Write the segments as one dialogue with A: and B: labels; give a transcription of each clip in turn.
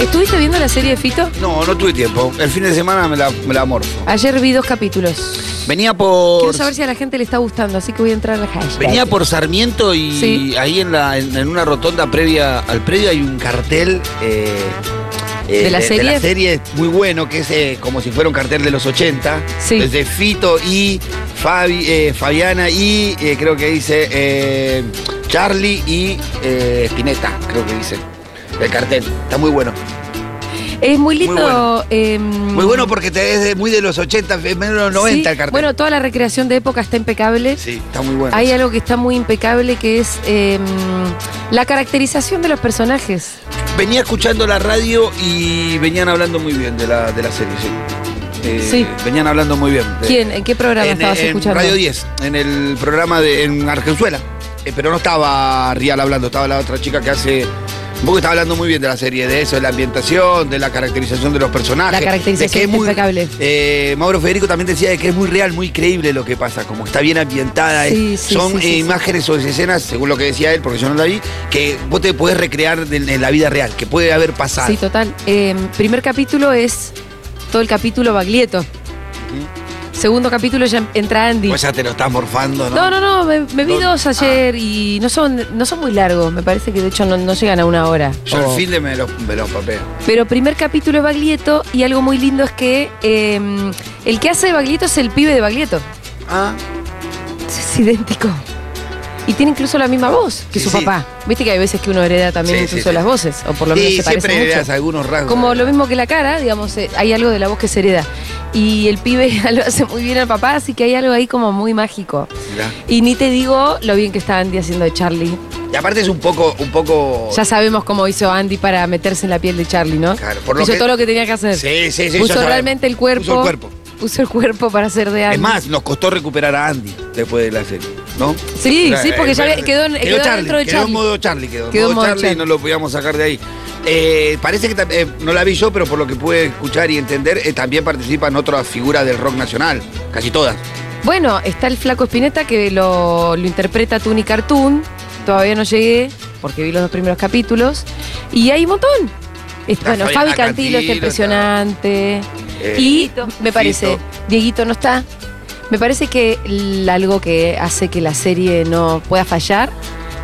A: ¿Estuviste viendo la serie de Fito?
B: No, no tuve tiempo. El fin de semana me la, me la morfo.
A: Ayer vi dos capítulos.
B: Venía por.
A: Quiero saber si a la gente le está gustando, así que voy a entrar al hashtag.
B: Venía por Sarmiento y
A: Sí.
B: ahí en, la, en, en una rotonda previa al predio hay un cartel. eh, eh,
A: ¿De la serie?
B: muy bueno, que es eh, como si fuera un cartel de los 80.
A: Sí.
B: Desde Fito y Fabi, eh, Fabiana y eh, creo que dice eh, Charlie y eh, Spinetta, creo que dice. El cartel. Está muy bueno.
A: Es muy lindo.
B: Muy bueno.
A: em,
B: Muy bueno porque te es de- muy de los 80, menos de los 90
A: sí,
B: el cartel.
A: Bueno, toda la recreación de época está impecable.
B: sí, está muy bueno.
A: Hay algo que está muy impecable que es em, la caracterización de los personajes.
B: Venía escuchando la radio y venían hablando muy bien de la, de la serie, sí. Eh,
A: Sí.
B: Venían hablando muy bien. de-
A: ¿Quién? ¿En qué programa
B: En,
A: estabas
B: en
A: escuchando?
B: Radio 10, en el programa de, en Argenzuela. Eh, pero no estaba Rial hablando, estaba la otra chica que hace... Un poco estaba hablando muy bien de la serie, de eso, de la ambientación, de la caracterización de los personajes.
A: La caracterización
B: de que es
A: está
B: muy-
A: impecable.
B: eh, Mauro Federico también decía de que es muy real, muy creíble lo que pasa, como está bien ambientada. es-
A: Sí, sí,
B: son
A: sí, sí,
B: eh,
A: sí.
B: imágenes o escenas, según lo que decía él, porque yo no la vi, que vos te podés recrear de- en la vida real, que puede haber pasado.
A: Sí, total. Eh, primer capítulo es todo el capítulo Baglietto. Segundo capítulo ya entra Andy.
B: Vos ya te lo estás morfando, ¿no?
A: no, no, no, me, me vi
B: No, Ah.
A: dos ayer y no son, no son muy largos. Me parece que de hecho no, no llegan a una hora.
B: Yo
A: O-
B: el fin de me los, me los papeo.
A: Pero primer capítulo es Baglietto y algo muy lindo es que eh, el que hace de Baglietto es el pibe de Baglietto.
B: Ah,
A: Es idéntico. Y tiene incluso la misma voz que su
B: Sí, sí.
A: papá. Viste que hay veces que uno hereda también
B: Sí,
A: incluso
B: sí, sí.
A: las voces, o por lo menos
B: sí,
A: se parece
B: siempre
A: mucho.
B: veas algunos rasgos.
A: Como lo mismo que la cara, digamos, eh, hay algo de la voz que se hereda. Y el pibe lo hace muy bien al papá, así que hay algo ahí como muy mágico.
B: Mirá.
A: Y ni te digo lo bien que está Andy haciendo de Charlie.
B: Y aparte es un poco, un poco.
A: Ya sabemos cómo hizo Andy para meterse en la piel de Charlie, ¿no?
B: Claro, por lo
A: hizo
B: que-
A: todo lo que tenía que hacer.
B: Sí, sí, sí, ya
A: Puso
B: sabemos.
A: realmente el cuerpo.
B: Puso el cuerpo.
A: puso el cuerpo para hacer de Andy.
B: Es más, nos costó recuperar a Andy después de la serie, ¿no?
A: Sí,
B: Era-
A: sí, porque ya
B: era-
A: quedó en- quedó
B: Charlie,
A: dentro de
B: quedó
A: Charlie.
B: en modo Charlie, quedó, en
A: Quedó en
B: modo
A: modo
B: Charlie y
A: Charlie.
B: no lo podíamos sacar de ahí. Eh, parece que tam- eh, no la vi yo, pero por lo que pude escuchar y entender, eh, también participan otras figuras del rock nacional, casi todas.
A: Bueno, está el flaco Espineta que lo, lo interpreta Tuni Cartoon. Todavía no llegué porque vi los dos primeros capítulos. Y hay un montón. Es-
B: Está
A: bueno,
B: Fabiana
A: Fabi Cantilo está
B: Cantilo,
A: impresionante.
B: Eh,
A: y
B: Fito.
A: me parece,
B: Fito.
A: Dieguito no está. Me parece que l- algo que hace que la serie no pueda fallar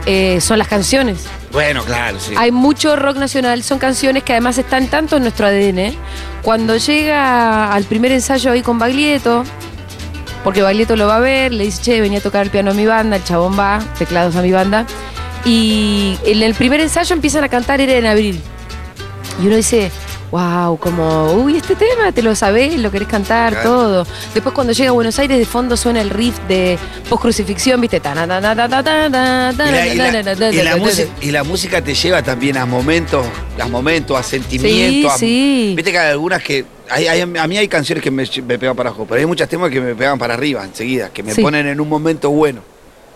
A: eh, son las canciones.
B: Bueno, claro, sí.
A: Hay mucho rock nacional, son canciones que además están tanto en nuestro ADN. Cuando llega al primer ensayo ahí con Baglietto, porque Baglietto lo va a ver, le dice, che, venía a tocar el piano a mi banda, el chabón va, teclados a mi banda. Y en el primer ensayo empiezan a cantar Era en Abril. Y uno dice, wow, como, uy, este tema, te lo sabés, lo querés cantar,
B: Claro.
A: todo. Después cuando llega a Buenos Aires, de fondo suena el riff de post-crucifixión, viste, tan, tan, tan, tan, tan, tan,
B: Y la, y la-
A: tan, tan,
B: y la
A: tan,
B: música, y la música te lleva también a momentos, a momentos, a sentimientos. a-
A: sí.
B: Viste que hay algunas que. hay- hay- a mí hay canciones que me, me pegan para abajo, pero hay muchas temas que me pegan para arriba enseguida, que me
A: Sí.
B: ponen en un momento bueno,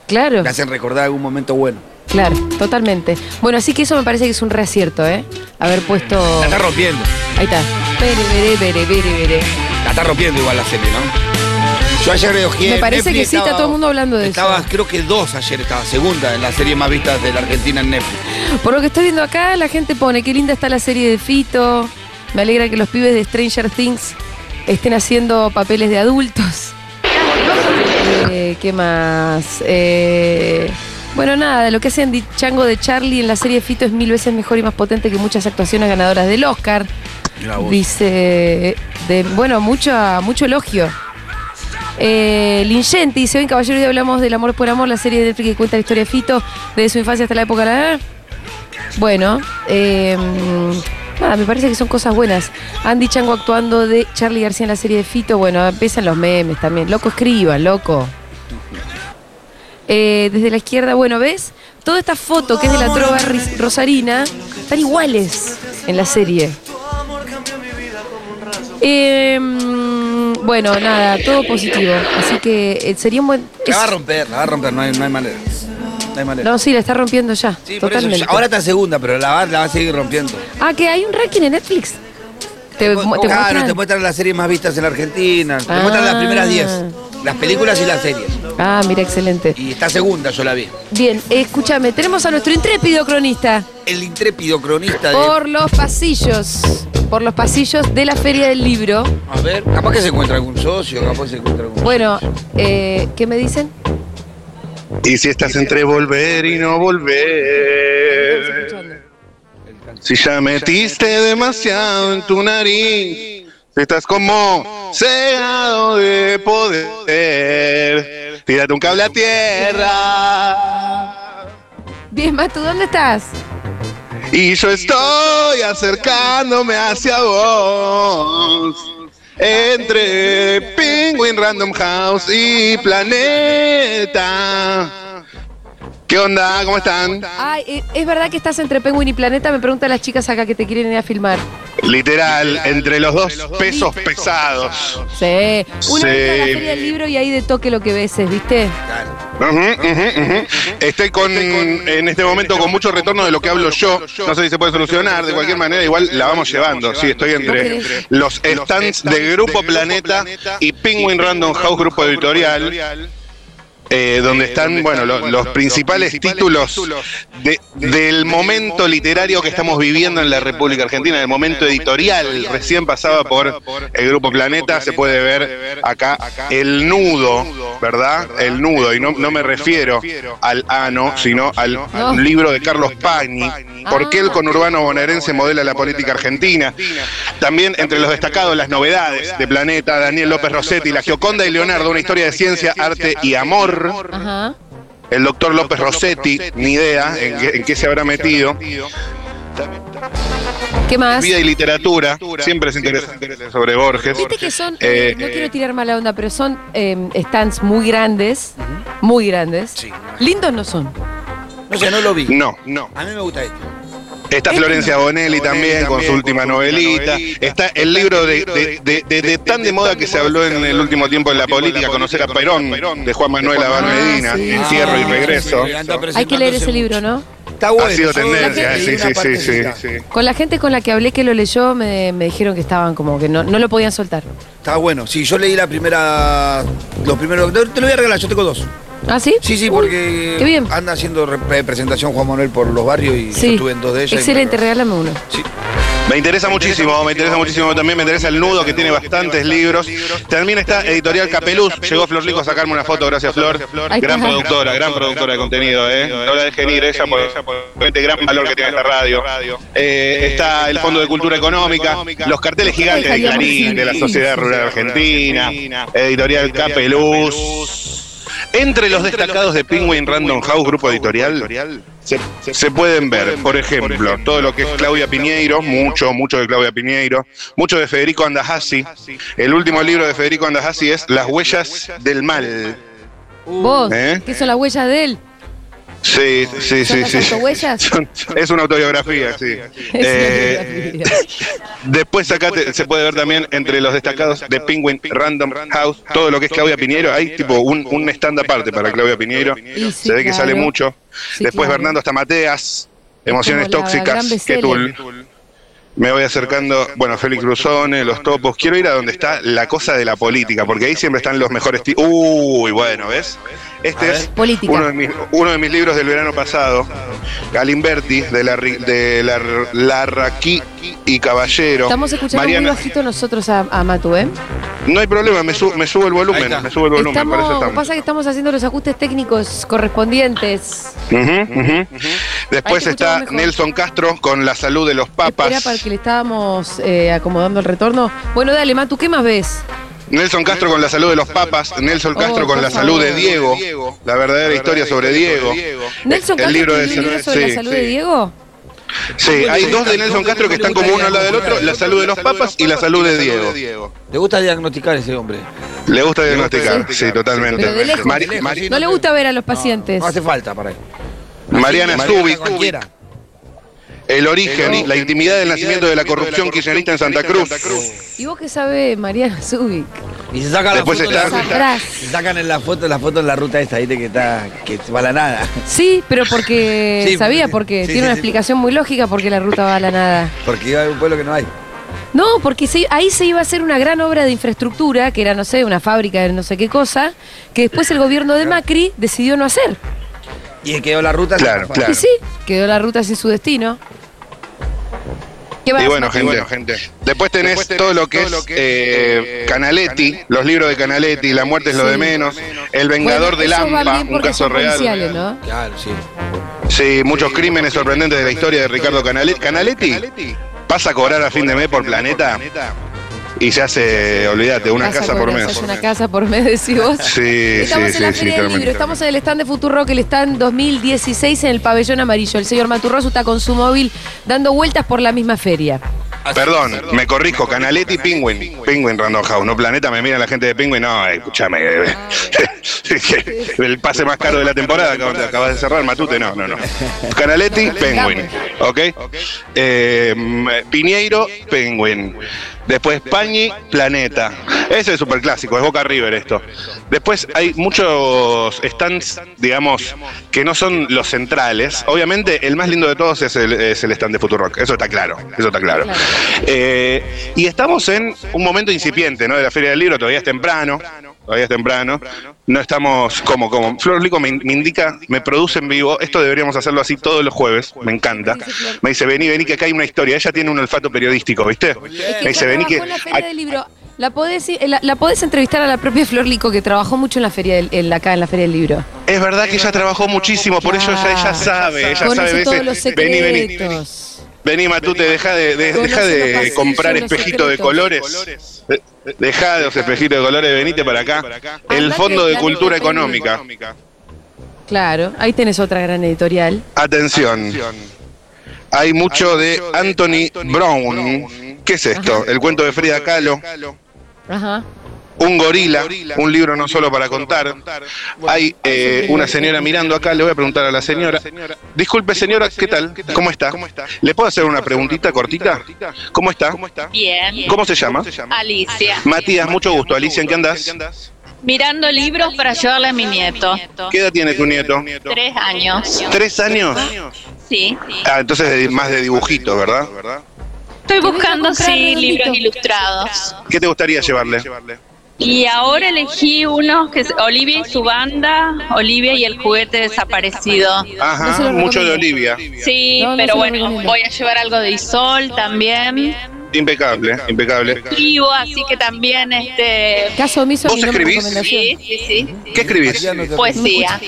A: Claro.
B: me hacen recordar algún momento bueno.
A: Claro, totalmente. Bueno, así que eso me parece que es un reacierto, ¿eh? Haber puesto.
B: La está rompiendo,
A: Ahí está. Pere, pere, pere, pere, pere.
B: la está rompiendo igual la serie, ¿no? Yo ayer le ojeé
A: Me parece
B: Netflix,
A: que sí, está todo el mundo hablando de
B: estaba,
A: eso.
B: creo que dos ayer, estaba segunda en las series más vistas de la Argentina en Netflix.
A: Por lo que estoy viendo acá, la gente pone qué linda está la serie de Fito. Me alegra que los pibes de Stranger Things estén haciendo papeles de adultos. Eh, ¿Qué más? Eh, bueno, nada, lo que hacen Di Chango de Charlie en la serie de Fito es mil veces mejor y más potente que muchas actuaciones ganadoras del Oscar.
B: Mirá vos.
A: Dice, de, bueno, mucho, mucho elogio. Eh, Lingenti dice, hoy en Caballero y hablamos del amor por amor, la serie de Netflix que cuenta la historia de Fito desde su infancia hasta la época de la... Bueno, eh, nada, me parece que son cosas buenas. Andy Chango actuando de Charlie García en la serie de Fito, bueno, empiezan los memes también. Loco, escriban, loco. Eh, desde la izquierda, bueno, ¿ves? Toda esta foto que es de la trova ris- rosarina, están iguales en la serie. Eh, mm, bueno, nada, todo positivo. Así que eh, sería un buen...
B: La va a romper, la va a romper, no hay, no hay manera. No hay manera.
A: No, sí, la está rompiendo ya.
B: sí, por eso,
A: totalmente.
B: ya- ahora está segunda, pero la va, la va a seguir rompiendo.
A: Ah, que hay un ranking en Netflix. Te, mu- te
B: claro,
A: muestran.
B: te muestran las series más vistas en la Argentina. Te
A: Ah.
B: muestran las primeras 10. Las películas y las series.
A: Ah, mira, excelente.
B: Y está segunda, yo la vi.
A: Bien, escúchame, tenemos a nuestro intrépido cronista
B: El intrépido cronista de.
A: por los pasillos, por los pasillos de la Feria del Libro.
B: A ver, capaz que se encuentra algún socio, capaz que se encuentra algún.
A: Bueno, eh, ¿qué me dicen?
C: Y si estás entre volver y no volver, si ya metiste demasiado en tu nariz, si estás como cegado de poder, tírate un cable a tierra.
A: Bien, Matu, ¿dónde estás?
C: Y yo estoy acercándome hacia vos. Entre Penguin Random House y Planeta. ¿Qué onda? ¿Cómo están?
A: Ay, eh, es verdad que estás entre Penguin y Planeta, me preguntan las chicas acá que te quieren ir a filmar.
C: Literal, entre los dos pesos pesados.
A: Sí, una vez
C: Sí.
A: a la Feria del Libro y ahí de toque lo que beses, ¿viste?
C: Ujú, ujú, ujú. Estoy con, en este momento con mucho retorno de lo que hablo yo. No sé si se puede solucionar. De cualquier manera, igual la vamos llevando. Sí, estoy entre los stands de Grupo Planeta y Penguin Random House Grupo Editorial. Eh, donde están, bueno, lo- los, principales, títulos, de- del momento literario que estamos viviendo en la República Argentina, del momento editorial. Recién pasaba por el Grupo Planeta, se puede ver acá el nudo, ¿verdad? El nudo, y no, no me refiero al ano, sino al
A: No.
C: libro de Carlos Pañi, ¿Por qué el conurbano bonaerense modela la política argentina? También entre los destacados las novedades de Planeta, Daniel López Rossetti, La Gioconda y Leonardo, una historia de ciencia, arte y amor.
A: Ajá.
C: El doctor López Rossetti, ni idea en qué, en qué se habrá metido.
A: ¿Qué más?
C: Vida y literatura, siempre es interesante sobre Borges.
A: Viste que son,
C: Eh,
A: no quiero tirar mala onda, pero son eh, stands muy grandes, muy grandes.
B: Sí.
A: Lindos no son.
B: No sé, no lo vi.
C: No, no.
B: A mí me gusta este.
C: Está Florencia Bonelli también con su última novelita. Está el libro de, de- de- de- de tan de moda que se habló en el último tiempo en la política, Conocer a Perón, de Juan Manuel Abad
A: Ah,
C: Medina,
A: sí.
C: Encierro y
B: Ah,
C: Regreso.
B: sí, anda
A: Hay que leer ese
B: presentándose
A: libro, ¿no?
B: Está bueno.
C: Ha sido
B: yo
C: tendencia,
B: leí
C: sí,
B: una
C: sí, sí, sí,
B: partecita.
C: sí.
A: Con la gente con la que hablé que lo leyó, me, me dijeron que estaban como que no, no lo podían soltar.
B: Está bueno. Sí, yo leí la primera. Los primeros. Te lo voy a regalar, yo tengo dos.
A: ¿Ah, sí?
B: Sí, sí,
A: Uy,
B: porque
A: qué bien.
B: anda haciendo re- presentación Juan Manuel por los barrios y yo
A: Sí.
B: estuve en dos de ellas. y me
A: Excelente,
B: regaló.
A: regálame uno.
B: Sí.
C: Me interesa muchísimo, me interesa muchísimo también, me interesa el nudo que tiene bastantes libros. También está Editorial Capeluz, llegó Flor Lico a sacarme una foto, gracias Flor.
A: Ahí
C: Gran
A: está.
C: productora, gran productora de contenido, ¿eh? No la dejen ir ella por por este gran valor que tiene esta radio. Eh, está el Fondo de Cultura Económica, los carteles gigantes de Clarín, de la Sociedad Rural Argentina, Editorial Capeluz. Entre los destacados de Penguin Random House, grupo editorial, se, se pueden ver, por ejemplo, todo lo que es Claudia Piñeiro, mucho, mucho de Claudia Piñeiro, mucho de Federico Andahasi. El último libro de Federico Andahasi es Las huellas del mal.
A: Vos,
C: ¿Eh?
A: que son las huellas de él.
C: Sí, sí,
A: ¿Son
C: sí,
A: las
C: sí.
A: autohuellas?
C: Son- es una autobiografía, sí.
A: Es una
C: Eh,
A: biografía.
C: Después acá te- se puede ver también entre los destacados de Penguin Random House todo lo que es Claudia Piñeiro. Hay tipo un, un stand aparte para Claudia Piñeiro.
A: Y sí,
C: Se ve que sale
A: claro.
C: mucho.
A: Sí,
C: Después
A: claro.
C: Bernardo Stamateas, Emociones
A: Como la
C: Tóxicas,
A: gran
C: que
A: bestseller.
C: tul. Me voy acercando, bueno, Félix Cruzone, Los Topos. Quiero ir a donde está la cosa de la política, porque ahí siempre están los mejores... ti- Uy, bueno, ¿ves? Este es
A: Política.
C: uno de, mis, uno de mis libros del verano pasado, Galimberti, de, la, ri- de la, Larraquí y Caballero.
A: Estamos escuchando muy
C: Mariana,
A: bajito nosotros a, a Matu, ¿eh?
C: no hay problema, me, su- me subo el
B: Ahí está.
C: volumen, me subo el volumen, para eso
A: Estamos,
C: estamos.
A: pasa que estamos haciendo los ajustes técnicos correspondientes.
C: Ujú, ujú.
A: Ahí
C: Después
A: te escuchamos
C: está
A: mejor.
C: Nelson Castro con La Salud de los Papas.
A: Espera, para que le estábamos eh, acomodando el retorno. Bueno, dale, Matu, ¿qué más ves?
C: Nelson Castro con la salud de los papas, Nelson Castro
A: Oh,
C: con
A: por
C: la salud de
A: favor.
C: Diego, la verdadera historia sobre Diego.
A: Nelson
C: El
A: Castro
C: libro de
A: escribió un libro
C: Cervantes,
A: sobre la
C: sí,
A: salud
C: sí.
A: de Diego.
C: Sí, hay dos de Nelson Castro que están como uno al lado del otro, la salud de los papas y la salud de Diego.
B: Le gusta diagnosticar ese hombre.
C: Le gusta diagnosticar, sí, totalmente.
A: Pero de lejos.
C: Mari-
B: De lejos,
C: Mari-
B: sí.
A: No le gusta ver a los pacientes.
B: No hace falta para él.
C: Mariana Zubik,
B: cualquiera.
C: El origen, la intimidad del nacimiento de la corrupción kirchnerista en Santa Cruz.
A: ¿Y vos qué sabe Mariana Zubik?
D: Y se sacan
C: Después
D: la foto.
C: está-
D: la-
A: Sabrás.
D: se sacan en la foto, la foto en la ruta esta, viste que está, que va a la nada.
A: Sí, pero porque
D: Sí,
A: sabía,
D: porque-
A: porque
D: sí,
A: tiene
D: sí,
A: una
D: sí.
A: explicación muy lógica porque la ruta va a la nada.
D: Porque iba a un pueblo que no hay.
A: No, porque se- ahí se iba a hacer una gran obra de infraestructura, que era, no sé, una fábrica de no sé qué cosa, que después el gobierno de Macri decidió no hacer.
B: Y quedó la ruta.
C: Claro,
B: sin-
C: claro.
A: Y sí, quedó la ruta sin su destino. ¿Qué más?
C: Y bueno, gente. Después tenés todo lo que es eh, Canaletti, los libros de Canaletti, La muerte es lo de menos, El
A: Bueno,
C: Vengador del
A: esos van
C: Lampa,
A: bien
C: un
A: porque
C: caso
A: son policiales,
C: real.
A: ¿no?
B: Claro, sí.
C: Sí, muchos crímenes sorprendentes de la historia de Ricardo Canaletti. Canaletti pasa a cobrar a fin de mes por Planeta y se hace, olvídate, una
A: Vas a
C: casa por
A: cobrar,
C: mes.
A: sos Una casa por mes, decís vos.
C: Sí, sí,
A: Estamos en la
C: sí, sí,
A: Feria del Libro,
C: tremendo.
A: estamos en el stand de Futurock, el stand 2016 en el pabellón amarillo. El señor Maturroso está con su móvil dando vueltas por la misma feria.
C: Perdón, me corrijo, Canaletti Penguin. Penguin Random House, no Planeta, me mira la gente de Penguin. No, escúchame. eh, El pase más caro de la temporada acabas acabas de cerrar, Matute, no, no, no. Canaletti Penguin, ¿ok? Eh, mm, Piñeiro Penguin. Después Pañi Planeta. Ese es súper clásico, es Boca River esto. Después hay muchos stands, digamos, que no son los centrales. Obviamente, el más lindo de todos es el, es el stand de Futurock. Eso está claro, eso está claro.
A: Claro.
C: Eh, y estamos en un momento incipiente, ¿no? De la Feria del Libro, todavía es temprano. Todavía es temprano. No estamos como, como. Flor Lico me, in- me indica, me produce en vivo. Esto deberíamos hacerlo así todos los jueves. Me encanta. Me dice, vení, vení, que acá hay una historia. Ella tiene un olfato periodístico, ¿viste?
A: Es
C: Me
A: que
C: dice, vení,
A: trabajó
C: que.
A: en la Feria del Libro. La podés, eh, la, la podés entrevistar a la propia Flor Lico, que trabajó mucho en la feria del, en la- acá en la Feria del Libro.
C: Es verdad que ella trabajó muchísimo, por eso ella, ella
A: Claro.
C: sabe. Ella
A: Conoce
C: sabe. me dice,
A: todos los
C: vení,
A: secretos.
C: vení, Vení, Matute, deja de, de-
A: Conoce
C: deja
A: los
C: de
A: pasillos,
C: comprar
A: los
C: espejitos de
A: secretos.
C: colores. De- Deja los espejitos de colores, venite para acá. El
A: Andate
C: Fondo de
A: al
C: Cultura
A: lado de Pedro.
C: Económica.
A: Claro, ahí tenés otra gran editorial.
C: Atención. Hay mucho de Anthony Brown. ¿Qué es esto? El cuento de Frida Kahlo.
A: Ajá.
C: Un gorila, un libro no solo para contar. Hay eh, una señora mirando acá, le voy a preguntar a la señora. Disculpe señora, ¿qué tal? ¿Cómo está? ¿Le puedo hacer una preguntita cortita? ¿Cómo está?
E: Bien.
C: ¿Cómo se llama?
E: Alicia.
C: Matías, mucho gusto. Alicia, ¿en qué andás?
E: Mirando libros para llevarle a mi nieto.
C: ¿Qué edad tiene tu nieto?
E: Tres años.
C: ¿Tres años?
E: Sí.
C: Ah, entonces de- más de dibujitos, ¿verdad?
E: Estoy buscando,
A: comprarle
E: sí,
A: un
E: libros
A: librito.
E: ilustrados.
C: ¿Qué te gustaría llevarle?
E: Y ahora elegí unos que es Olivia y su banda, Olivia y el juguete desaparecido.
A: No se
C: Ajá,
A: los
C: mucho de
A: recomiendo.
C: Olivia.
E: Sí,
A: No, no se
E: pero
A: lo
E: bueno,
A: recomiendo.
E: voy a llevar algo de Isol también.
C: Impecable, impecable.
E: Vivo, así que también este.
A: Caso omiso,
C: ¿Vos
A: mi no me
C: escribís?
A: recomendación.
E: Sí, sí, sí.
C: ¿Qué escribís?
E: Poesía.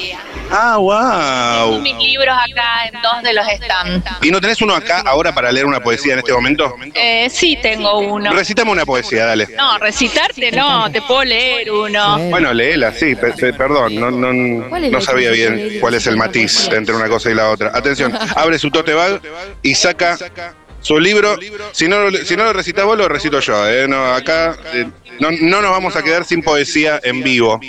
C: Ah, wow.
E: Mis libros acá en dos de los stands.
C: ¿Y no tenés uno acá ahora para leer una poesía en este momento?
E: Eh, sí, tengo uno.
C: Recítame una poesía, dale.
E: No, recitarte no, te puedo leer uno.
C: Bueno, léela, sí, pe- pe- perdón, no, no,
A: ¿Cuál es la
C: no sabía
A: diferencia
C: bien
A: de-
C: cuál es el matiz entre una cosa y la otra. Atención, abre su tote bag y saca su libro. Si no, lo- si no lo recitas vos, lo recito yo. ¿eh? No, acá eh, no, no nos vamos a quedar sin poesía en vivo.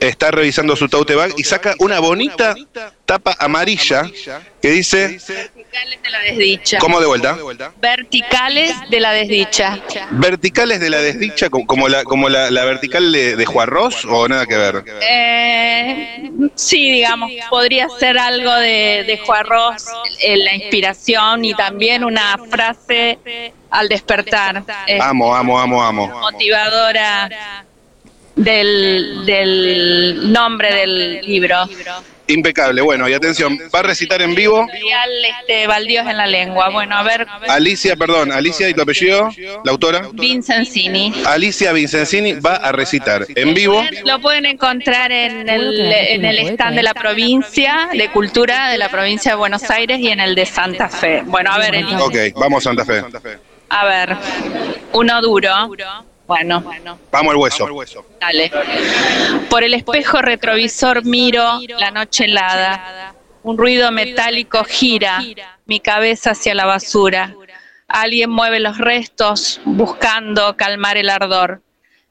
C: Está revisando su tote bag y saca una bonita tapa amarilla que dice,
E: Verticales de la desdicha.
C: ¿cómo de vuelta?
E: Verticales de la desdicha.
C: Verticales de la desdicha, co- como la, como la, la vertical de, de Juarros o nada que ver.
E: Eh, sí, digamos, podría ser algo de, de Juarros, eh, la inspiración y también una frase al despertar. eh,
C: Amo, amo, amo, amo.
E: motivadora del, del nombre del libro.
C: Impecable. Bueno, y atención, va a recitar en vivo
E: Real, este, baldíos en la lengua. Bueno, a ver,
C: Alicia, perdón, Alicia y tu apellido, la autora.
E: Vincencini.
C: Alicia Vincenzini va a recitar en vivo.
E: Lo pueden encontrar en el, en el stand de la provincia de cultura de la provincia de Buenos Aires y en el de Santa Fe. Bueno, a ver, Eli,
C: Ok, vamos Santa Fe.
E: a ver, uno duro. Bueno,
C: Vamos al hueso.
E: dale. Por el espejo retrovisor miro la noche helada. Un ruido metálico gira mi cabeza hacia la basura. Alguien mueve los restos buscando calmar el ardor.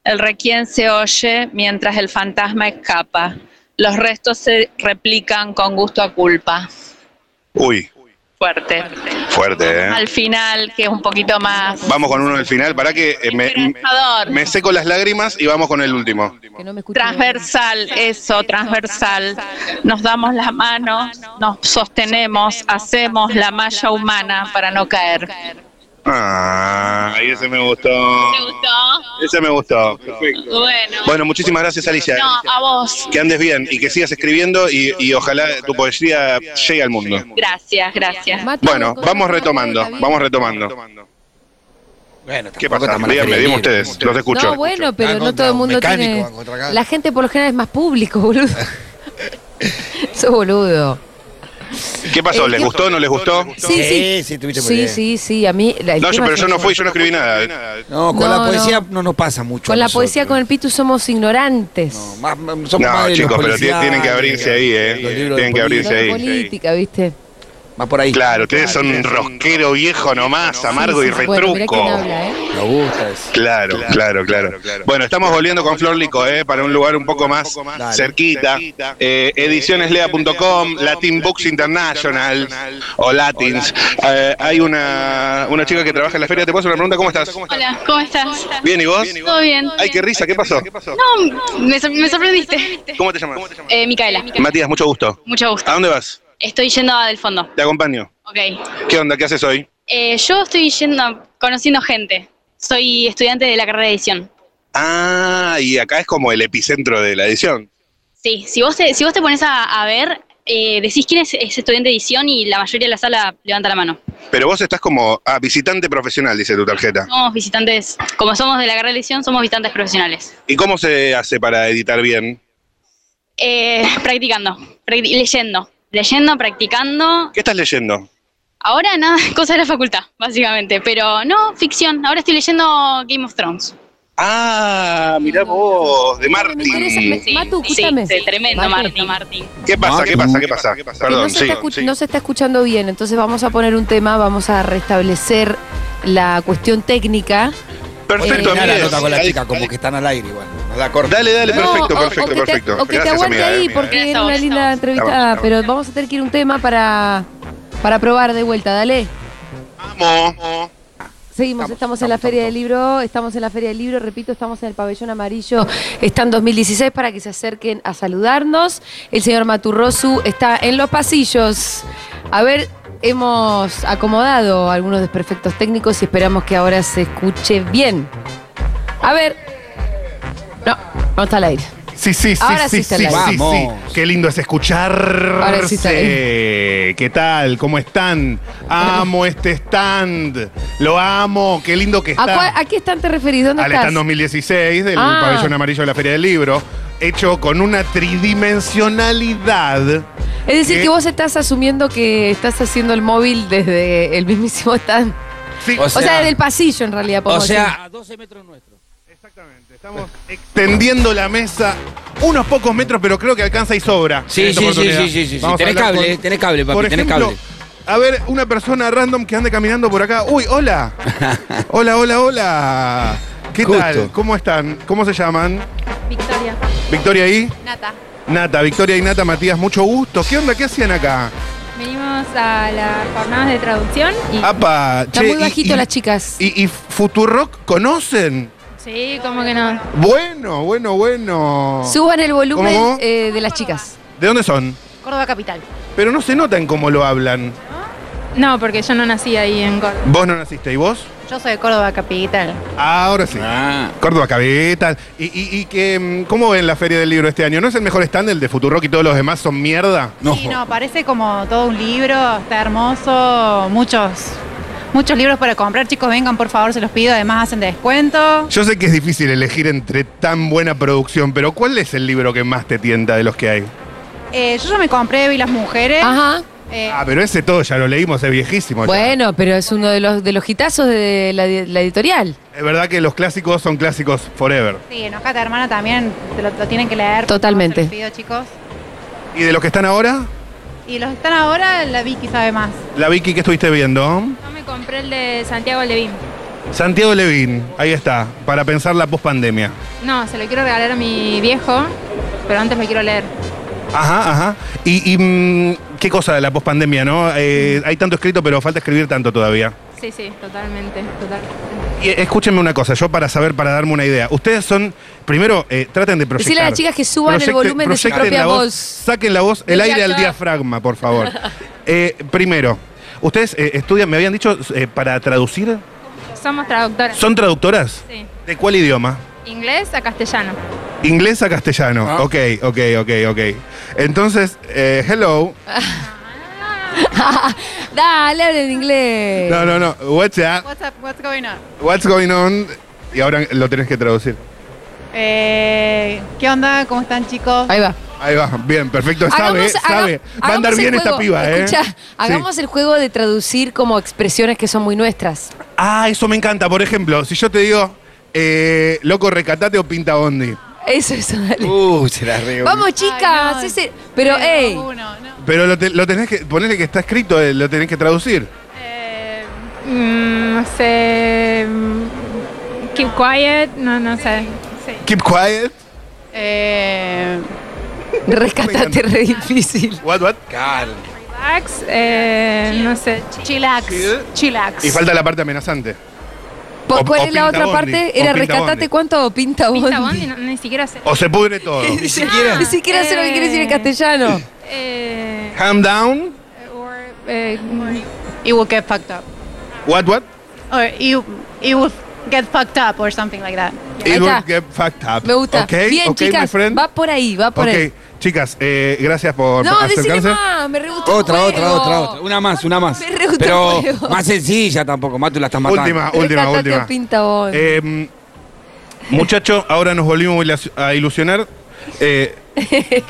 E: El requiem se oye mientras el fantasma escapa. Los restos se replican con gusto a culpa.
C: Uy,
E: Fuerte.
C: fuerte, ¿eh?
E: Al final, que es un poquito más
C: Vamos con uno del final, para que eh, me,
E: esperanzador,
C: me seco las lágrimas y vamos con el último.
A: Que no me escuche.
E: transversal, eso, transversal. Nos damos las manos, nos sostenemos, hacemos la malla humana para no caer.
F: Ah, y ese me gustó.
E: ¿Te gustó?
F: Ese me gustó. Perfecto.
E: Bueno.
F: Bueno, muchísimas gracias, Alicia.
E: No, a vos.
F: Que andes bien y que sigas escribiendo y, y ojalá tu poesía llegue al mundo.
E: Gracias, gracias.
A: Mate,
F: Bueno,
A: con-
F: vamos retomando, vamos retomando.
B: Bueno,
F: ¿Qué
B: tampoco
F: pasa?
B: está mal
F: Díganme,
B: aprender.
F: díganme ustedes, los escucho.
A: No, bueno, pero
B: Ah,
A: no
B: contra
A: todo el
B: un
A: mundo
B: mecánico,
A: tiene.
B: van contra acá.
A: La gente por lo general es más público, boludo. Eso boludo.
F: ¿Qué pasó? ¿Les gustó? ¿No les gustó?
A: Eh, Sí, sí.
G: Sí, sí, tuviste muy
A: Sí,
G: bien.
A: sí, sí. A mí. la- el
F: No, yo-
A: tema
F: pero
A: es
F: yo
A: que
F: no fui, yo no escribí nada.
G: No, con
A: No,
G: la poesía no. nos pasa mucho.
A: Con
G: a
A: la
G: nosotros.
A: poesía con el Pitu somos ignorantes.
G: No, más- más- somos más de
F: No,
G: los
F: chicos, pero
G: policiales,
F: tie- tienen que abrirse ahí,
G: los
F: ¿eh?
G: libros de
F: Tienen que
A: No
F: abrirse
A: de
F: ahí.
A: política, ¿viste?
G: Más por ahí. Ah,
F: Claro, ustedes son rosquero viejo nomás, amargo
A: Sí,
F: y
A: sí, sí. Bueno, mirá quién
F: retruco.
A: habla, ¿eh?
G: Me gusta eso.
F: Claro, claro, claro. Bueno, estamos volviendo con Flor Lico, eh, para un lugar un poco más
G: Dale.
F: cerquita. Eh, edicioneslea.com, Latin Books International o Latins. Eh, hay una, una chica que trabaja en la feria. ¿Te puedo hacer una pregunta? ¿Cómo estás?
E: Hola, ¿cómo estás?
F: ¿Bien y vos?
E: ¿Todo bien?
F: Ay, qué risa, ¿qué pasó?
E: No, me, sor- me sorprendiste.
F: ¿Cómo te llamas?
E: Eh, Micaela,
F: Matías, mucho gusto.
E: mucho
F: ¿A
E: gusto.
F: dónde vas?
E: Estoy yendo a Del Fondo.
F: Te acompaño.
E: Ok.
F: ¿Qué onda? ¿Qué haces hoy?
E: Eh, yo estoy yendo, conociendo gente. Soy estudiante de la carrera de edición.
F: Ah, y acá es como el epicentro de la edición.
E: Sí, si vos te, si vos te pones a, a ver, eh, decís quién es, es estudiante de edición y la mayoría de la sala levanta la mano.
F: Pero vos estás como ah, visitante profesional, dice tu tarjeta.
E: Somos visitantes, como somos de la carrera de edición, somos visitantes profesionales.
F: ¿Y cómo se hace para editar bien?
E: Eh, practicando, practi- leyendo, leyendo, practicando.
F: ¿Qué estás leyendo?
E: Ahora nada, cosas de la facultad, básicamente. Pero no, ficción. Ahora estoy leyendo Game of Thrones.
F: Ah, mirá vos, de
A: Me interesa, me-
F: Martín.
A: Matu, escúchame.
E: sí, tremendo,
A: Martín.
E: Martín.
F: ¿Qué pasa? ¿Qué pasa? ¿Qué pasa?
A: Que
F: Perdón,
A: no, se
F: sí.
A: está escu- no se está escuchando bien, entonces vamos a poner un tema, vamos a restablecer la cuestión técnica.
F: Perfecto,
A: Eh,
G: Terminá la
A: Miguel.
G: nota con la
F: Dale,
G: chica, como que están al aire igual. Nos da corte.
F: Dale, dale, perfecto,
A: No, o- o
F: perfecto,
A: que te-
F: perfecto.
A: O que te
F: Gracias,
A: aguante
F: amiga.
A: ahí
F: eh.
A: porque
E: Gracias
A: era
E: a
A: una
E: vos,
A: linda
E: a vos.
A: entrevistada,
F: Está bueno, está
A: pero vamos a tener que ir a un tema para, para probar de vuelta, dale.
F: Vamos.
A: Seguimos, estamos, en la Feria del Libro, estamos en la Feria del Libro, repito, estamos en el Pabellón Amarillo, está en 2016 para que se acerquen a saludarnos. El señor Maturrosu está en los pasillos. A ver, hemos acomodado algunos desperfectos técnicos y esperamos que ahora se escuche bien. A ver. No, no está al aire.
C: Sí, sí, sí,
A: Ahora sí
C: sí,
A: está
C: sí,
A: al
C: sí,
A: aire.
C: sí.
G: Vamos.
C: Qué lindo es
A: Ahora sí está al
C: escucharse. ¿Qué tal? ¿Cómo están? Amo este stand. Lo amo. Qué lindo que
A: ¿A, cuál-
C: está.
A: a qué stand te referís? ¿Dónde
C: Al
A: estás?
C: stand 2016 del
A: Ah.
C: pabellón amarillo de la Feria del Libro, hecho con una tridimensionalidad.
A: Es decir,
C: ¿Qué?
A: que vos estás asumiendo que estás haciendo el móvil desde el mismísimo stand.
C: Sí,
A: O sea, desde el pasillo en realidad.
G: O
A: podemos decir.
G: sea,
C: exactamente. Estamos extendiendo la mesa unos pocos metros, pero creo que alcanza y sobra. en
G: sí,
C: esta
G: sí, sí,
C: oportunidad.
G: sí, sí, sí.
C: Vamos a
G: Tenés
C: hablar
G: cable,
C: con-
G: eh, tenés cable,
C: Por
G: papi, tenés
C: ejemplo,
G: cable.
C: A ver, una persona random que ande caminando por acá. Uy, hola. Hola, hola, hola. ¿Qué
G: Justo.
C: tal? ¿Cómo están? ¿Cómo se llaman?
E: Victoria,
C: Victoria y
E: Nata,
C: Nata. Victoria y Nata Matías, mucho gusto. ¿Qué onda? ¿Qué hacían acá?
E: venimos a las jornadas de traducción y
C: Apa,
A: Están
C: che,
A: muy
C: y-
A: bajito
C: y-
A: las chicas.
C: ¿Y, y Futurock conocen?
E: sí, como que no.
C: Bueno, bueno, bueno.
A: Suban el volumen
C: ¿Cómo?
A: eh, de las chicas.
C: ¿De dónde son?
H: Córdoba capital.
C: Pero no se notan cómo lo hablan.
H: No, porque yo no nací ahí en Córdoba.
C: ¿Vos no naciste y vos?
H: Yo soy de Córdoba capital.
C: Ahora sí.
G: Ah.
C: Córdoba Cabeta. ¿Y, y, y que, mm, cómo ven la feria del libro este año? ¿No es el mejor stand el de Futurock y todos los demás son mierda?
G: No.
H: Sí, no, parece como todo un libro, está hermoso, muchos muchos libros para comprar, chicos, vengan por favor, se los pido, además hacen descuento.
C: Yo sé que es difícil elegir entre tan buena producción, pero ¿cuál es el libro que más te tienta de los que hay?
H: Eh, yo ya me compré Vi las mujeres.
A: Ajá.
H: Eh,
C: Ah, pero ese todo ya lo leímos, es viejísimo. ya.
A: Bueno, pero es uno de los, de los hitazos de la, la editorial.
C: Es verdad que los clásicos son clásicos forever.
H: sí, enojate hermana también, te lo, lo tienen que leer. por favor,
A: Totalmente.
H: Se los pido, chicos.
C: ¿Y de los que están ahora?
H: Y los que están ahora, la Vicky sabe más.
C: La Vicky que estuviste viendo.
H: Yo me compré el de Santiago Levín.
C: Santiago Levín, ahí está, para pensar la pospandemia.
H: No, se lo quiero regalar a mi viejo, pero antes lo quiero leer.
C: Ajá, ajá. Y, y, mm, qué cosa de la pospandemia, ¿no? Eh, hay tanto escrito, pero falta escribir tanto todavía.
H: Sí, sí, totalmente, totalmente.
C: Y, eh, escúchenme una cosa, yo para saber, para darme una idea. Ustedes son, primero, eh, traten de proyectar.
A: Decirle a las chicas que suban el volumen de su
C: proyecten
A: propia
C: la voz,
A: voz.
C: Saquen la voz, el aire al diafragma, por favor. Eh, primero. Ustedes eh, estudian, me habían dicho, eh, para traducir.
I: Somos traductoras.
C: ¿Son traductoras?
I: Sí.
C: ¿De cuál idioma?
I: Inglés a castellano.
C: Inglés a castellano.
B: Ah.
C: Ok, ok, ok, ok. Entonces, eh, hello.
E: Ah.
A: Dale, hablen inglés.
C: No, no, no. What's up?
H: What's up? What's going on?
C: What's going on? Y ahora lo tenés que traducir.
H: Eh, ¿Qué onda? ¿Cómo están, chicos?
A: Ahí va.
C: Ahí va, bien, perfecto. Sabe,
A: Hagamos-
C: sabe.
A: hagam-
C: Este, Va a andar
A: hagamos el
C: bien esta
A: juego.
C: piba, ¿eh?
A: Escuchá,
C: Sí.
A: hagamos el juego de traducir como expresiones que son muy nuestras.
C: Ah, eso me encanta. Por ejemplo, si yo te digo, eh, loco, recatate o pinta bondi.
A: Eso, eso, dale.
B: Uh, se la re.
A: Vamos,
H: Ay,
A: chicas.
H: no,
A: ese- pero,
H: cero,
A: hey.
H: uno, no.
C: Pero lo, te- lo tenés que, ponerle que está escrito, eh, lo tenés que traducir.
I: Eh, mm, no sé. mm, Keep quiet. No, no sé. Sí.
C: Keep quiet.
H: Eh,
A: Rescatate re difícil.
C: What, what?
B: Claro.
I: Relax. eh, no sé.
H: chillax. Chillax.
C: Y falta la parte amenazante.
A: Po-
C: O-
A: ¿Cuál
C: o
A: es la
C: pinta
A: otra
C: bondi,
A: parte?
C: o
A: Era
C: pinta bondi.
A: rescatate cuánto o pinta bondi.
I: Pinta bondi, no- ni siquiera sé.
C: O se pudre todo.
A: Ni siquiera. Ni siquiera sé lo que quiere decir en
I: Eh.
A: castellano.
I: Eh,
C: Calm down.
I: or, eh,
H: You will get fucked up.
C: What, what?
H: Or you, you will get fucked up or something like that.
A: Ahí
C: It will
A: está.
C: get fucked up.
A: Me gusta.
C: Okay,
A: Bien,
C: okay, my
A: chicas.
C: friend.
A: Va por ahí, va por
C: ok,
A: ahí.
C: chicas, eh, gracias por
A: No, decime
C: acercarse.
A: más. Me re gusta el
B: Otra, otra,
A: juego.
B: otra, otra. Una más, una más.
A: Me re gusta
B: Pero
A: el juego.
B: más sencilla tampoco, Matu la estás matando.
C: Última, última,
A: Rescatate
C: última.
A: o pinta bondi.
C: Eh, muchacho, ahora nos volvimos ilu- a ilusionar. Eh,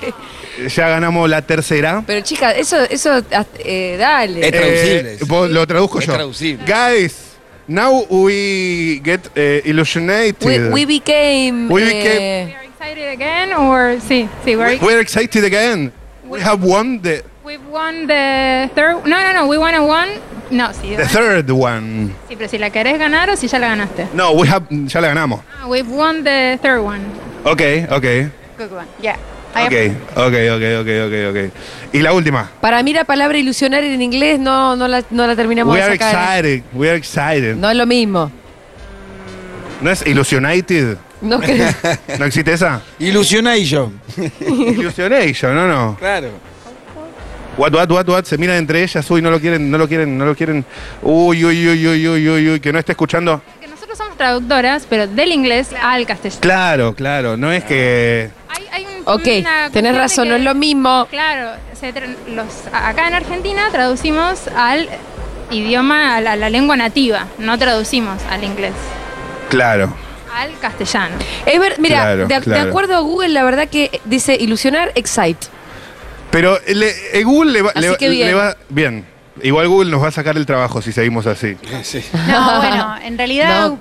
C: ya ganamos la tercera.
A: Pero, chicas, eso, eso, eh, dale.
B: Es traducible.
C: Eh, vos- lo traduzco
B: Es
C: yo.
B: traducible.
C: Guys, now we get eh,
A: We,
C: illusionated.
A: we became.
C: We
A: eh,
I: we are excited again, or sí, sí, we're,
C: We're excited again. We have won the,
I: we've won the third. No, no, no, we won a one. No, sí,
C: the third one.
I: sí, pero si la querés ganar o si ya la ganaste.
C: No, we have, ya la ganamos.
I: Ah, we've won the third one.
C: Ok, ok.
H: Good one. Yeah. I
C: Ok, ok, ok, ok, ok, ok. Y la última.
A: Para mí la palabra ilusionar en inglés no, no, la, no la terminamos
C: We
A: de
C: are
A: sacar.
C: excited, we are excited.
A: No es lo mismo.
C: ¿No es Illusionated?
A: No creo.
C: ¿No existe esa?
B: Illusionation.
C: Illusionation, no, no.
B: Claro.
C: What, what, what, what, se miran entre ellas, uy, no lo quieren, no lo quieren, no lo quieren. Uy, uy, uy, uy, uy, uy, uy, que no esté escuchando.
I: Que nosotros somos traductoras, pero del inglés al castellano.
C: Claro, claro, no es que...
I: Hay, hay un-
A: ok,
I: una cuestión
A: tenés
I: de
A: razón, no
I: que-
A: es lo mismo.
I: Claro, se tra- los, a- acá en Argentina traducimos al idioma, a la, la lengua nativa, no traducimos al inglés,
C: Claro.
I: al castellano.
A: Es ver, mira,
C: Claro,
A: de, de
C: claro.
A: acuerdo a Google, la verdad que dice ilusionar, excite.
C: Pero le, eh, Google le va,
A: Así
C: le va-
A: que bien.
C: le va- bien. Igual Google nos va a sacar el trabajo si seguimos así.
H: No, bueno, en realidad
A: No.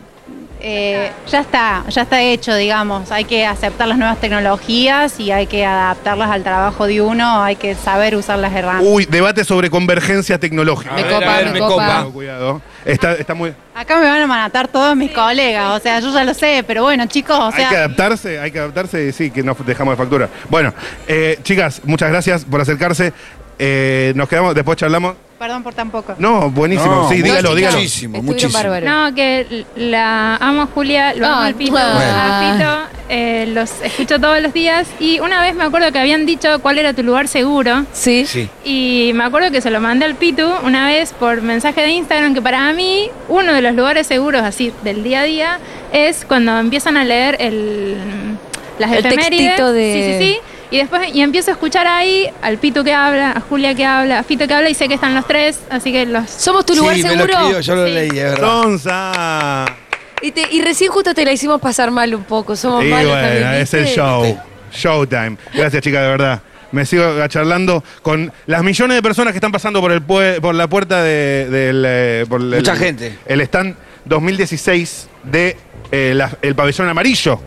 H: eh, ya está, ya está hecho, digamos. Hay que aceptar las nuevas tecnologías y hay que adaptarlas al trabajo de uno, hay que saber usar las herramientas.
C: Uy, debate sobre convergencia tecnológica.
B: A
A: Me
B: ver,
A: copa,
B: a ver,
A: me
B: me
A: copa.
B: copa.
C: Cuidado, cuidado. Está, está muy...
H: Acá me van a matar todos mis colegas, o sea, yo ya lo sé, pero bueno, chicos, o
C: hay que
H: sea,
C: adaptarse, hay que adaptarse y sí, que no dejamos de factura. Bueno, eh, chicas, muchas gracias por acercarse. Eh, nos quedamos, después charlamos.
H: perdón por tan poco.
C: No, buenísimo,
B: No,
C: sí,
B: muy-
C: dígalo,
A: No, chicas,
C: dígalo.
B: Muchísimo,
A: estuvieron
B: muchísimo.
A: bárbaros.
I: No, que la amo a Julia, lo amo
A: Ah,
I: al Pito,
A: bueno.
I: a Fito, eh, los escucho todos los días y una vez me acuerdo que habían dicho cuál era tu lugar seguro.
A: Sí.
B: Sí.
I: Y me acuerdo que se lo mandé al Pitu una vez por mensaje de Instagram que para mí uno de los lugares seguros así del día a día es cuando empiezan a leer el, las
A: El
I: efemérides.
A: textito de-
I: Sí, sí, sí. Y después y empiezo a escuchar ahí al Pitu que habla, a Julia que habla, a Fito que habla y sé que están los tres, así que los...
A: Somos tu lugar
B: sí, me lo
A: seguro.
B: escribió, yo lo leí, es verdad.
C: Tonza.
A: Y, te- y recién justo te la hicimos pasar mal un poco. Somos
C: Y
A: malos
C: bueno,
A: Oh, también,
C: es el
A: ¿viste?
C: show. Showtime. Gracias, chicas, de verdad. Me sigo charlando con las millones de personas que están pasando por el pue- por la puerta de, del, eh, por el-
B: Mucha gente.
C: El stand 2016 de eh, la- el pabellón amarillo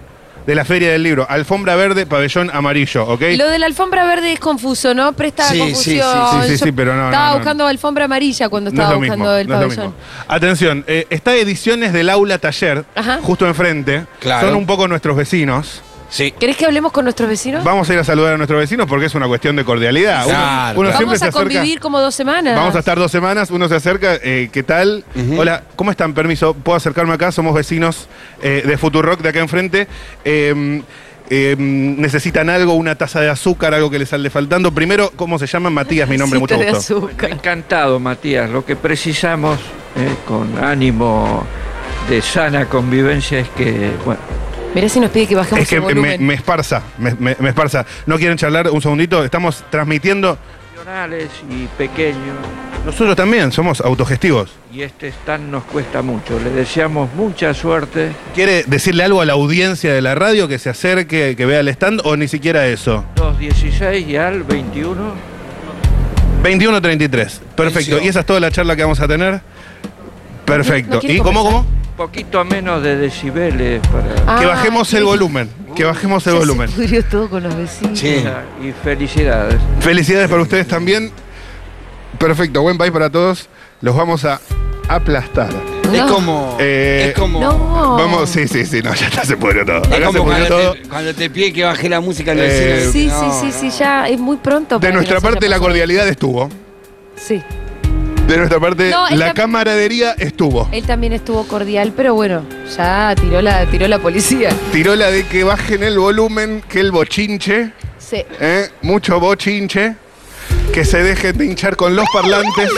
C: de la Feria del Libro. Alfombra verde, pabellón amarillo, ¿ok?
A: Lo de la alfombra verde es confuso, ¿no? Presta
B: Sí, sí,
A: confusión.
B: sí,
C: sí. Sí, sí,
A: Yo
C: pero no,
A: Estaba
C: no, no.
A: buscando alfombra amarilla cuando
C: No es
A: estaba
C: lo mismo,
A: buscando el
C: no es lo
A: pabellón.
C: mismo. Atención, eh, está Ediciones del Aula Taller,
A: Ajá.
C: justo enfrente.
B: Claro.
C: Son un poco nuestros vecinos.
B: Sí.
A: ¿Querés que hablemos con nuestros vecinos?
C: Vamos a ir a saludar a nuestros vecinos porque es una cuestión de cordialidad. Uno-
B: Claro,
C: uno
B: claro.
C: siempre
A: Vamos
C: se
A: a
C: acerca.
A: convivir como dos semanas.
C: Vamos a estar dos semanas, uno se acerca, eh, ¿qué tal? Hola, ¿cómo están? Permiso, ¿puedo acercarme acá? Somos vecinos eh, de Futurock de acá enfrente. Eh, eh, necesitan algo, una taza de azúcar, algo que les sale faltando. Primero, ¿cómo se llama? Matías, mi nombre, mucho
A: Cita de
C: gusto.
A: azúcar.
J: Encantado, Matías. Lo que precisamos eh, con ánimo de sana convivencia es que, bueno,
A: Mirá si nos pide que bajemos
C: Es que
A: el
C: me,
A: volumen.
C: me esparza, me, me- me esparza. ¿No quieren charlar un segundito? Estamos transmitiendo.
J: profesionales y pequeños,
C: Nosotros también somos autogestivos.
J: y este stand nos cuesta mucho. Le deseamos mucha suerte.
C: ¿Quiere decirle algo a la audiencia de la radio que se acerque, que vea el stand o ni siquiera eso?
J: 2.16 y al 21.
C: 21.33. Perfecto. ¿Y esa es toda la charla que vamos a tener? Perfecto.
A: no quiere
C: ¿Y cómo, cómo?
A: conversar.
J: Poquito menos de decibeles para.
A: Ah,
C: que bajemos el
A: sí.
C: volumen. Que bajemos
A: Ya
C: el
A: se
C: volumen.
A: pudrió todo con los vecinos.
B: Sí.
J: Y felicidades.
C: Felicidades para ustedes también. Perfecto. Buen país para todos. Los vamos a aplastar.
B: Es
A: No.
B: como.
C: Eh,
B: es como.
A: No.
C: Vamos, sí, sí, sí. No, ya está, se pudrió todo.
G: Es
C: Acá se
G: como cuando
C: pudrió todo.
G: te, cuando te pide que bajé la música en
C: Eh,
G: el
A: Sí, sí, sí, sí, ya es muy pronto. para
C: De
A: que
C: nuestra
A: nos haya
C: parte la
A: pasado.
C: cordialidad estuvo.
A: Sí,
C: De nuestra parte
I: No, es
C: la
I: que-
C: camaradería estuvo.
A: él también estuvo cordial, pero bueno, ya tiró la, tiró la policía.
C: Tiró la de que bajen el volumen, que el bochinche,
A: Sí.
C: ¿eh? mucho bochinche, que se dejen de hinchar con los parlantes.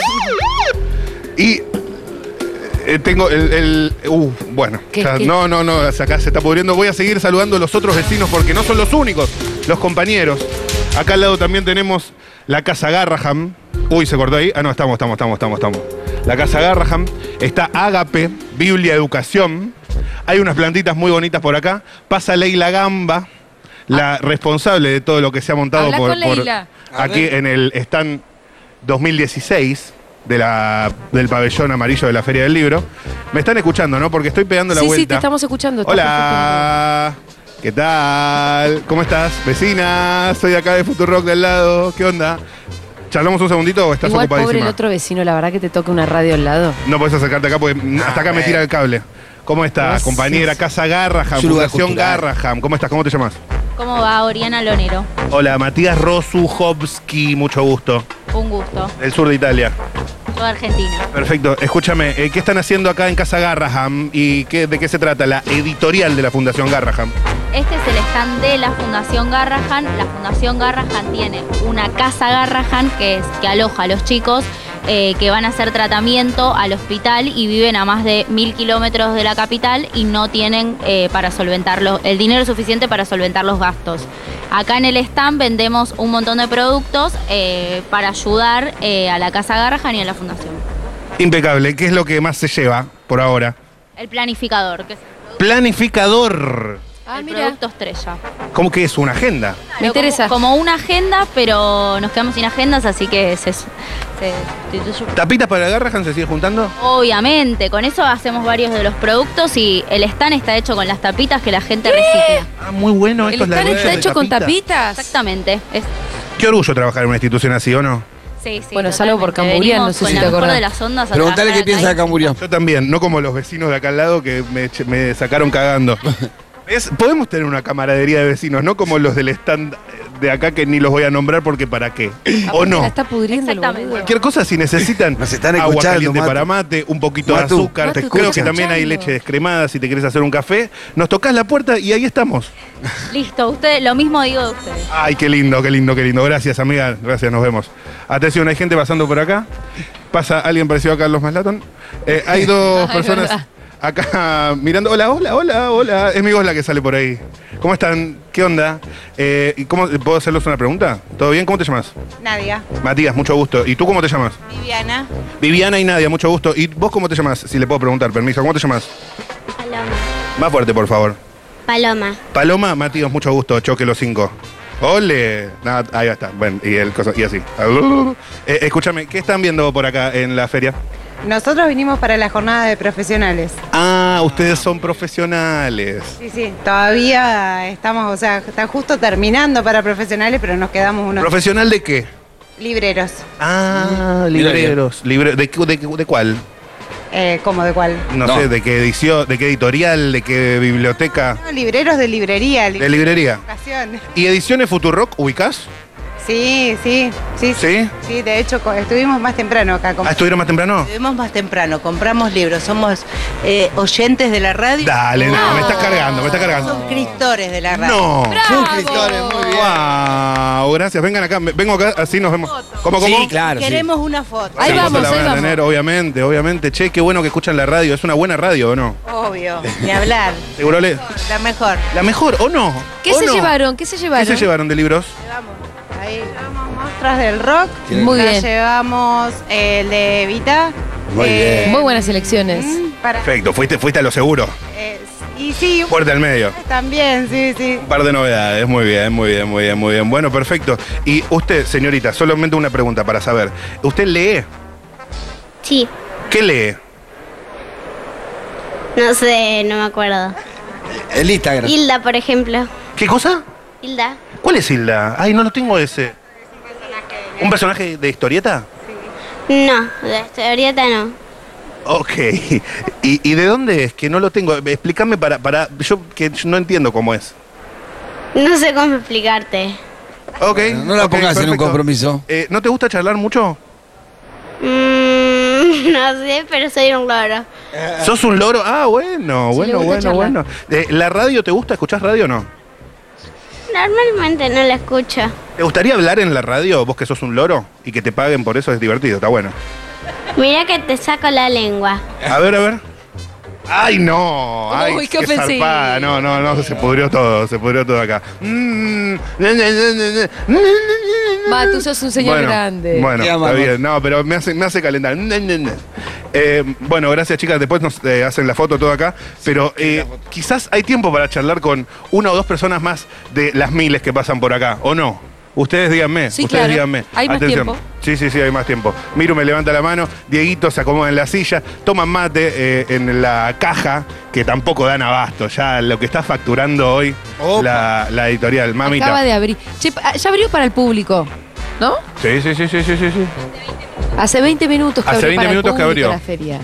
C: Y eh, tengo el... el- uh, bueno,
A: ¿Qué,
C: ya-
A: qué?
C: no, no, no, acá se está pudriendo. Voy a seguir saludando a los otros vecinos porque no son los únicos, los compañeros. Acá al lado también tenemos la Casa Garraham. Uy, se cortó ahí. Ah, no, estamos, estamos, estamos, estamos, estamos. La Casa Garraham. Está Ágape, Biblia Educación. Hay unas plantitas muy bonitas por acá. Pasa Leila Gamba, la responsable de todo lo que se ha montado
A: Ah. Habla
C: por,
A: con
C: por-
A: Leila.
C: aquí en el stand 2016 de la, del pabellón amarillo de la Feria del Libro. Me están escuchando, ¿no? Porque estoy pegando la
A: Sí,
C: vuelta.
A: sí, te estamos escuchando. estamos
C: Hola, ¿qué tal? ¿Cómo estás? Vecina, soy de acá de Futurock del lado, ¿qué onda? ¿Charlamos un segundito o estás
A: escuchando. Igual pobre el
C: ocupadísima?
A: otro vecino, la verdad que te toca una radio al lado.
C: No podés acercarte acá porque mm, hasta acá me tira el cable. ¿Cómo estás,
A: Gracias.
C: compañera? Casa Garraham,
B: Es un lugar
C: Fundación
B: cultural.
C: Garraham. ¿Cómo estás? ¿Cómo te llamas?
K: ¿Cómo va Oriana Lonero?
C: Hola, Matías Rosuchowski, mucho gusto.
K: Un gusto.
C: Del sur de Italia.
K: Toda Argentina.
C: Perfecto, escúchame, eh, ¿qué están haciendo acá en Casa Garraham y qué- de qué se trata? La editorial de la Fundación Garraham.
K: Este es el stand de la Fundación Garrahan. La Fundación Garrahan tiene una casa Garrahan que, es, que aloja a los chicos eh, que van a hacer tratamiento al hospital y viven a más de mil kilómetros de la capital y no tienen eh, para solventarlo, el dinero suficiente para solventar los gastos. Acá en el stand vendemos un montón de productos eh, para ayudar eh, a la casa Garrahan y a la Fundación.
C: Impecable, ¿qué es lo que más se lleva por ahora?
K: El planificador, que es
C: Planificador.
A: Ah,
K: el
A: mira,
K: producto estrella.
C: ¿Cómo que es una agenda?
A: me
K: Pero como-
A: interesa.
K: Como, una agenda, pero nos quedamos sin agendas, así que es eso. Se-
C: ¿Tapitas para Garrahan se sigue juntando?
K: Obviamente, con eso hacemos varios de los productos y el stand está hecho con las tapitas que la gente recicla.
C: Ah, muy bueno.
A: ¿El stand está hecho con tapitas?
K: Exactamente. es-
C: Qué orgullo trabajar en una institución así, ¿o no?
K: sí, sí,
A: Bueno, salvo por
K: totalmente.
A: Camburian,
K: Venimos
A: no sé
K: con
A: si
K: la
A: te
K: mejor
A: acordás.
K: de las ondas a
B: Preguntale
K: trabajar
B: qué piensa de
K: acá.
B: Camburián.
C: Yo también, no como los vecinos de acá al lado que me, eche- me sacaron cagando. Es- podemos tener una camaradería de vecinos, no como los del stand de acá que ni los voy a nombrar Ah, porque para qué.
B: Ah,
C: ¿O
A: Aparte,
C: no?
A: la está pudriendo el
K: Exactamente.
A: boludo.
C: Cualquier cosa, si necesitan
G: Nos están
C: agua
G: escuchando,
C: caliente
G: Matu.
C: para mate, un poquito
G: Matu,
C: de azúcar,
A: Matu,
C: creo que
A: escuchan.
C: también hay leche descremada, si te quieres hacer un café, nos tocas la puerta y ahí estamos.
K: Listo, usted, lo mismo digo de ustedes.
C: Ay, qué lindo, qué lindo, qué lindo. Gracias, amiga. Gracias, nos vemos. Atención, hay gente pasando por acá. Pasa alguien parecido a Carlos Maslatón. Eh, hay dos
A: Ay,
C: personas
A: verdad.
C: acá mirando. Hola, hola, hola, hola. Es mi voz la que sale por ahí. ¿Cómo están? ¿Qué onda? Eh, ¿y ¿cómo, ¿Puedo hacerles una pregunta? ¿Todo bien? ¿Cómo te llamas?
H: Nadia,
C: Matías, mucho gusto. ¿Y tú cómo te llamas?
H: Viviana,
C: Viviana y Nadia, mucho gusto. ¿Y vos cómo te llamas? Si le puedo preguntar, permiso. ¿Cómo te llamas?
K: Paloma.
C: Más fuerte, por favor.
K: Paloma.
C: Paloma, Matías, mucho gusto. Choque los cinco. ¡Ole! Nada, ahí está. Bueno, y, el cosa- y así. Eh, escúchame, ¿qué están viendo por acá en la feria?
H: nosotros vinimos para la jornada de profesionales.
C: Ah, ustedes son profesionales.
H: Sí, sí, todavía estamos, o sea, está justo terminando para profesionales, pero nos quedamos unos
C: ¿Profesional de qué?
H: libreros,
C: Ah,
B: Mira
C: libreros. Libre, ¿de, qué- de qué- de cuál?
H: eh, como de cuál.
C: No,
B: No.
C: sé, ¿de qué edición? ¿De qué editorial? ¿De qué biblioteca?
H: No, libreros de librería, li-
C: De librería.
H: educación.
C: ¿Y ediciones Futurock ubicás?
H: Sí, sí, sí.
C: ¿Sí?
H: Sí, de hecho, co- estuvimos más temprano acá. con-
C: Ah, ¿estuvieron más temprano?
L: Vemos más temprano, compramos libros, somos eh, oyentes de la radio.
C: Dale, no, me estás cargando, me estás cargando.
L: Suscriptores de la radio.
C: No.
L: Suscriptores, muy
C: Wow, gracias. Vengan acá, me- vengo acá, así nos vemos. ¿Cómo,
B: Sí,
C: cómo?
B: claro, sí.
L: Queremos una foto.
C: Qué foto la van a tener, obviamente, obviamente. Che, qué bueno que escuchan la radio. Es una buena radio, ¿o no?
L: Obvio, ni hablar.
C: Seguro le-
L: La mejor.
C: La mejor, ¿o no?
A: ¿Qué
C: ¿O
A: se
C: no?
A: llevaron? ¿Qué se
C: ¿Qué
A: llevaron?
C: se llevaron de libros?
H: Ahí llevamos Mostras del Rock.
C: Tienen- Muy
H: Acá
C: bien.
H: llevamos el de Vita.
C: Muy
L: Eh,
C: bien.
A: Muy buenas elecciones.
H: Para,
C: Perfecto, fuiste, fuiste a lo seguro.
H: eh, y sí,
C: Fuerte al medio.
H: también, sí, sí.
C: Un par de novedades, muy bien, muy bien, muy bien, muy bien. Bueno, perfecto. Y usted, señorita, solamente una pregunta para saber. ¿Usted lee?
M: Sí,
C: ¿Qué lee?
M: no sé, no me acuerdo.
C: El Instagram.
M: Hilda, por ejemplo.
C: ¿Qué cosa?
M: Hilda.
C: ¿Cuál es Hilda? Ay, no lo tengo ese. ¿Un personaje de historieta?
M: No, de historieta no.
C: Ok. ¿Y, y de dónde es? Que no lo tengo. Explícame para, para. Yo que yo no entiendo cómo es.
M: No sé cómo explicarte.
C: Ok.
B: no la
C: ok,
B: pongas en un
C: perfecto.
B: compromiso.
C: Eh, ¿No te gusta charlar mucho?
M: Mm, no sé, pero soy un loro.
B: Eh,
C: ¿Sos un loro? Ah, bueno,
M: Sí, le
C: bueno, bueno,
M: gusta
C: bueno. Eh, ¿La radio te gusta? ¿Escuchás radio o no?
M: Normalmente no la escucho.
C: ¿Te gustaría hablar en la radio, vos que sos un loro? Y que te paguen por eso es divertido, está bueno.
M: Mira que te saco la lengua.
C: A ver, a ver. ¡Ay, no! ¡Ay,
M: Uy, qué ofensivo.
C: zarpada. No, no, no, se pudrió todo, se pudrió todo acá. Mm, ne, ne, ne, ne, ne.
A: Ma, tú sos un señor
C: Bueno,
A: grande.
C: Bueno,
B: Te
C: está
B: amamos.
C: bien. No, pero me hace, me hace calentar. Ne, ne, ne. Eh, bueno, gracias, chicas. Después nos eh, hacen la foto todo acá. pero eh, quizás hay tiempo para charlar con una o dos personas más de las miles que pasan por acá, ¿o no? Ustedes díganme,
A: Sí,
C: ustedes
A: claro.
C: díganme.
A: Hay más
C: Atención.
A: tiempo.
C: Sí, sí, sí, hay más tiempo. Miru me levanta la mano, Dieguito se acomoda en la silla, toman mate eh, en la caja, que tampoco dan abasto, ya lo que está facturando hoy la, la editorial. Mamita.
A: Acaba de abrir. Che, pa- ya abrió para el público, ¿no?
C: Sí, sí, sí, sí, sí, sí. sí.
A: Hace 20 minutos que
C: Hace
A: abrió
C: 20
A: para el
C: minutos que
A: público
C: abrió.
A: la feria.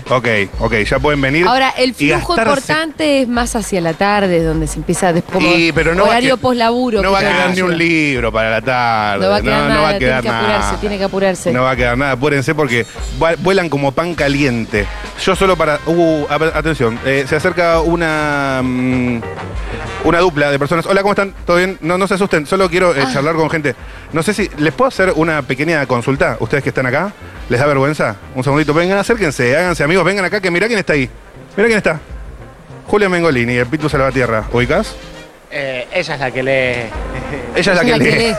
C: Ok, ok, ya pueden venir.
A: Ahora, el
C: y
A: flujo
C: gastarse-
A: importante es más hacia la tarde, donde se empieza después como
C: Y, pero no va a
A: horario
C: que-
A: poslaburo.
C: No va a
A: que
C: quedar
A: ya-
C: ni un libro para la tarde.
A: No va a quedar nada,
C: no va a
A: tiene
C: quedar
A: que apurarse,
C: nada.
A: tiene que apurarse.
C: No va a quedar nada, apúrense porque va- vuelan como pan caliente. Yo solo para. Uh, a- atención, eh, se acerca una. mm, una dupla de personas. Hola, ¿cómo están? ¿Todo bien? No, no se asusten, solo quiero eh,
A: Ah.
C: charlar con gente. No sé si. ¿Les puedo hacer una pequeña consulta? Ustedes que están acá, ¿les da vergüenza? Un segundito, vengan, acérquense, háganse amigos, vengan acá, que mirá quién está ahí. Mirá quién está. Julio Mengolini, el Pitu Salvatierra. ¿Ubicás?
N: eh, ella es la que lee.
C: Ella es la que lee.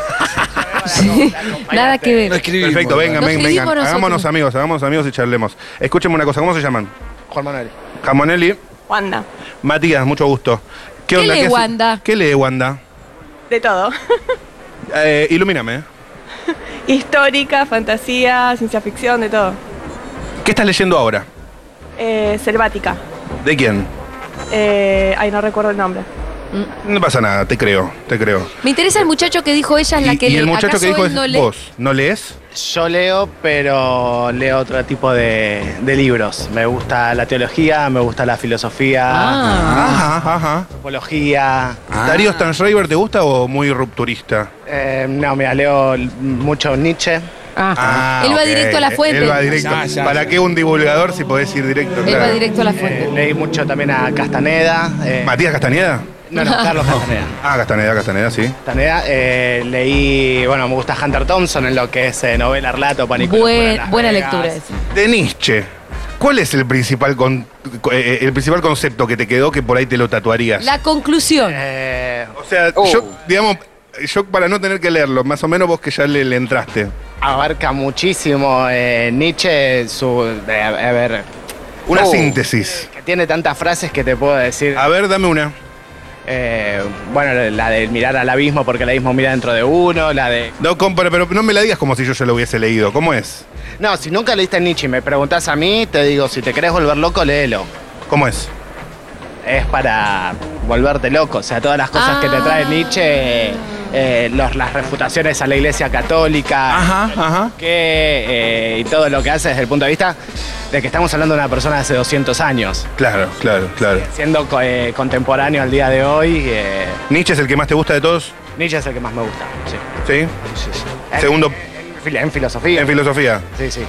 A: Nada que ver.
C: Perfecto, vengan,
A: Lo
C: vengan, vengan.
A: escribimos nosotros.
C: Hagámonos amigos, hagámonos amigos y charlemos. Escúchenme una cosa, ¿cómo se llaman?
N: Juan Manuel.
C: Jamonelli,
O: Wanda.
C: Matías, mucho gusto.
O: ¿Qué lee
C: hace-
O: Wanda?
C: ¿Qué lee Wanda?
O: De todo.
C: Eh, ilumíname.
O: Histórica, fantasía, ciencia ficción, de todo.
C: ¿Qué estás leyendo ahora?
O: Eh, selvática.
C: ¿De quién?
O: Eh, ay, no recuerdo el nombre.
C: No pasa nada, te creo, te creo.
A: Me interesa el muchacho que dijo ella es la
C: Y-
A: que
C: y,
A: lee.
C: el muchacho que
A: ¿Acaso
C: dijo
A: él
C: es
A: no lee?
C: vos, ¿no lees?
N: Yo leo, pero leo otro tipo de, de libros. Me gusta la teología, me gusta la filosofía,
C: Ah. Ajá, Ah, ajá.
N: apología.
C: ¿Darío Stanschreiber te gusta o muy rupturista?
N: Eh, no, mira, leo mucho Nietzsche. Ah,
C: Ah,
A: Él va
C: ok.
A: directo a la fuente.
C: Él va directo.
A: Ya, ya,
C: ¿Para
A: ya.
C: qué un divulgador si podés ir directo?
A: Él va directo a la fuente.
N: Eh, Leí mucho también a Castaneda. eh,
C: ¿Matías Castañeda?
N: No, no, Carlos Castaneda.
C: Ah, Castaneda, Castaneda, sí.
N: Castaneda, eh, leí, bueno, me gusta Hunter Thompson en lo que es eh, novela, relato, panículo.
A: Buen- buena lectura esa.
C: De Nietzsche, ¿cuál es el principal, con- eh, el principal concepto que te quedó que por ahí te lo tatuarías?
A: La conclusión.
N: Eh,
C: o sea,
N: Oh.
C: yo, digamos, yo para no tener que leerlo, más o menos vos que ya le, le entraste.
N: Abarca muchísimo eh, Nietzsche, su, eh, a ver...
C: Una
N: Uh,
C: síntesis.
N: Que tiene tantas frases que te puedo decir. Eh,
C: A ver, dame una.
N: bueno, la de mirar al abismo porque el abismo mira dentro de uno, la de...
C: No, compa, pero no me la digas como si yo ya lo hubiese leído. ¿Cómo es?
N: No, si nunca leíste Nietzsche y me preguntás a mí, te digo, si te querés volver loco, léelo.
C: ¿Cómo es?
N: Es para volverte loco, o sea, todas las cosas
A: Ah.
N: que te trae Nietzsche, eh, los- las refutaciones a la iglesia católica, que, eh, y todo lo que hace desde el punto de vista de que estamos hablando de una persona de hace 200 años,
C: Claro, claro, claro.
N: siendo co- eh, contemporáneo al día de hoy, eh,
C: ¿Nietzsche es el que más te gusta de todos?
N: Nietzsche es el que más me gusta. Sí.
C: ¿Sí? Segundo.
N: fil- En filosofía.
C: En filosofía.
N: Sí, sí.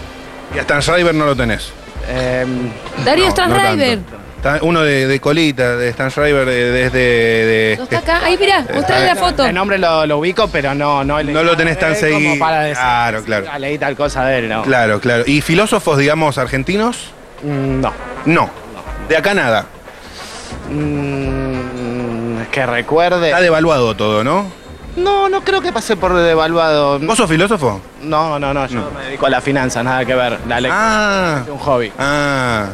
C: Y hasta en Schreiber no lo tenés.
N: Em,
A: Darío
C: No,
A: Strasdriver.
C: no Está Uno de, de colita, de Stan Schreiber, de- desde.
A: No,
C: de-
A: está acá. Ahí, mirá, mostrale la foto.
N: El nombre lo, lo ubico, pero no, no,
C: no lo tenés tan seguido.
N: Como para decir,
C: Claro, claro.
N: "Ah, leí tal cosa de él, ¿no?
C: Claro, claro. ¿Y filósofos, digamos, argentinos?
N: Mm, No.
C: No. De acá nada.
N: Mm, que recuerde.
C: Está devaluado todo, ¿no?
N: No, no creo que pase por devaluado.
C: ¿Vos sos filósofo?
N: No, no, no, yo me dedico a la finanza, nada que ver. La
C: Ah.
N: Es un hobby.
C: Ah.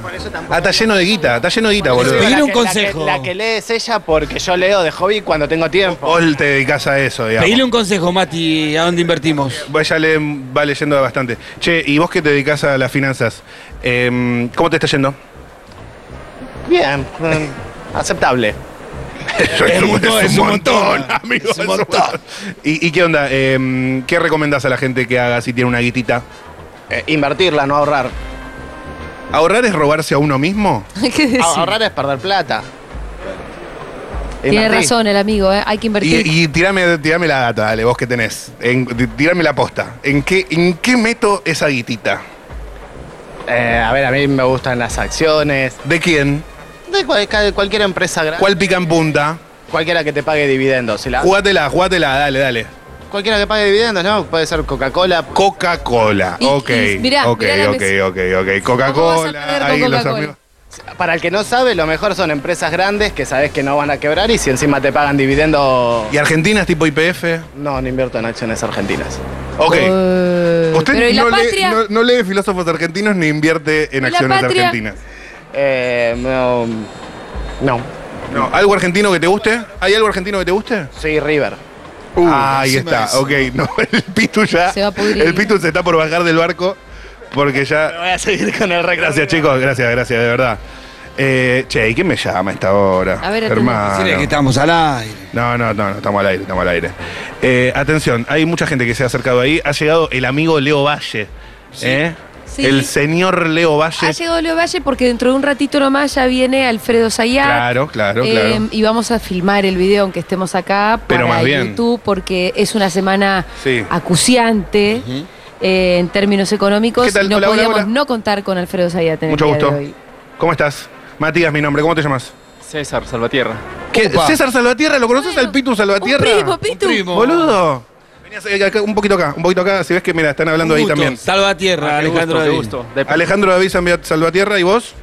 C: Ah, está lleno de guita, está lleno de guita, boludo.
N: La que- La que, la que lee es ella porque yo leo de hobby cuando tengo tiempo.
C: Vos te dedicás a eso, digamos.
P: Pedile un consejo, Mati, ¿a dónde invertimos?
C: Vos ya le, va leyendo bastante. Che, y vos que te dedicás a las finanzas, em, ¿cómo te está yendo?
N: Bien, mm, aceptable.
C: Es,
P: montón, es un montón.
C: amigo.
P: Es un montón.
C: ¿Y, y qué onda? Em, ¿Qué recomendás a la gente que haga si tiene una guitita?
N: Eh, invertirla, no ahorrar.
C: ¿Ahorrar es robarse a uno mismo?
A: ¿Qué decir?
N: Ahorrar es perder plata.
A: Tiene
C: Invertí.
A: razón el amigo, ¿eh? hay que invertir.
C: Y, y tirame, tirame la data, dale, vos que tenés. En- ti- tirame la posta. ¿En qué, ¿En qué meto esa guitita?
N: Eh, a ver, a mí me gustan las acciones.
C: ¿De quién?
N: De cual- ca- cualquier empresa grande.
C: ¿Cuál pica en punta?
N: Cualquiera que te pague dividendos. si la-
C: Jugátela, jugátela, dale, dale.
N: Cualquiera que pague dividendos, ¿no? Puede ser Coca-Cola.
C: Coca-Cola,
N: Y-
C: ok.
N: y mirá,
C: ok,
N: mirá la
C: ok,
N: mesa.
C: ok, ok. Coca-Cola, ahí los amigos.
N: Para el que no sabe, lo mejor son empresas grandes que sabes que no van a quebrar y si encima te pagan dividendos.
C: ¿Y Argentina es tipo IPF?
N: No, no invierto en acciones argentinas.
C: Ok.
A: Eh, pero
C: Usted
A: ¿y la
C: no, lee,
A: patria?
C: no- no lee filósofos argentinos ni invierte en
A: ¿Y la
C: acciones
A: patria?
C: argentinas.
N: Eh, no. No.
C: No. ¿Algo argentino que te guste? ¿Hay algo argentino que te guste?
N: Sí, River.
C: Ah, ahí
N: encima
C: está,
N: eso.
C: ok. No, el Pitu ya.
N: Se va a pudrir.
C: el Pitu se está por bajar del barco porque ya.
N: Voy a seguir con el recreo.
C: Gracias, chicos, gracias, gracias, de verdad. Eh, che, ¿y quién me llama a esta hora?
P: A ver,
C: hermano.
P: atendemos. Sí, que estamos al aire.
C: No, no, no, no, estamos al aire, estamos al aire. Eh, atención, hay mucha gente que se ha acercado ahí. Ha llegado el amigo Leo Valle. ¿eh?
A: Sí.
C: El señor Leo Valle.
A: Ha llegado Leo Valle porque dentro de un ratito nomás ya viene Alfredo Sayar.
C: Claro, claro,
A: Eh,
C: claro.
A: Y vamos a filmar el video aunque estemos acá para
C: Pero más bien.
A: YouTube porque es una semana
C: Sí.
A: acuciante eh, en términos económicos.
C: ¿Qué tal?
A: Y no
C: Hola, hola,
A: podíamos
C: hola.
A: no contar con Alfredo Sayat en
C: Mucho
A: el día
C: gusto.
A: de hoy.
C: ¿Cómo estás? Matías, mi nombre, ¿cómo te llamas?
Q: César Salvatierra.
C: ¿Qué?
Q: Opa.
C: ¿César Salvatierra? ¿Lo conoces al Pitu Salvatierra?
Q: un primo, Pitu. Un primo.
C: Boludo. Venías eh, acá, un poquito acá, un poquito acá. Si ves que, mira, están hablando
P: Un
C: ahí
P: gusto.
C: también.
P: Salvatierra,
Q: Ah, qué
P: Alejandro
Q: gusto, qué
P: David.
Q: gusto. De-
C: Alejandro David Salva- Salvatierra, ¿y vos?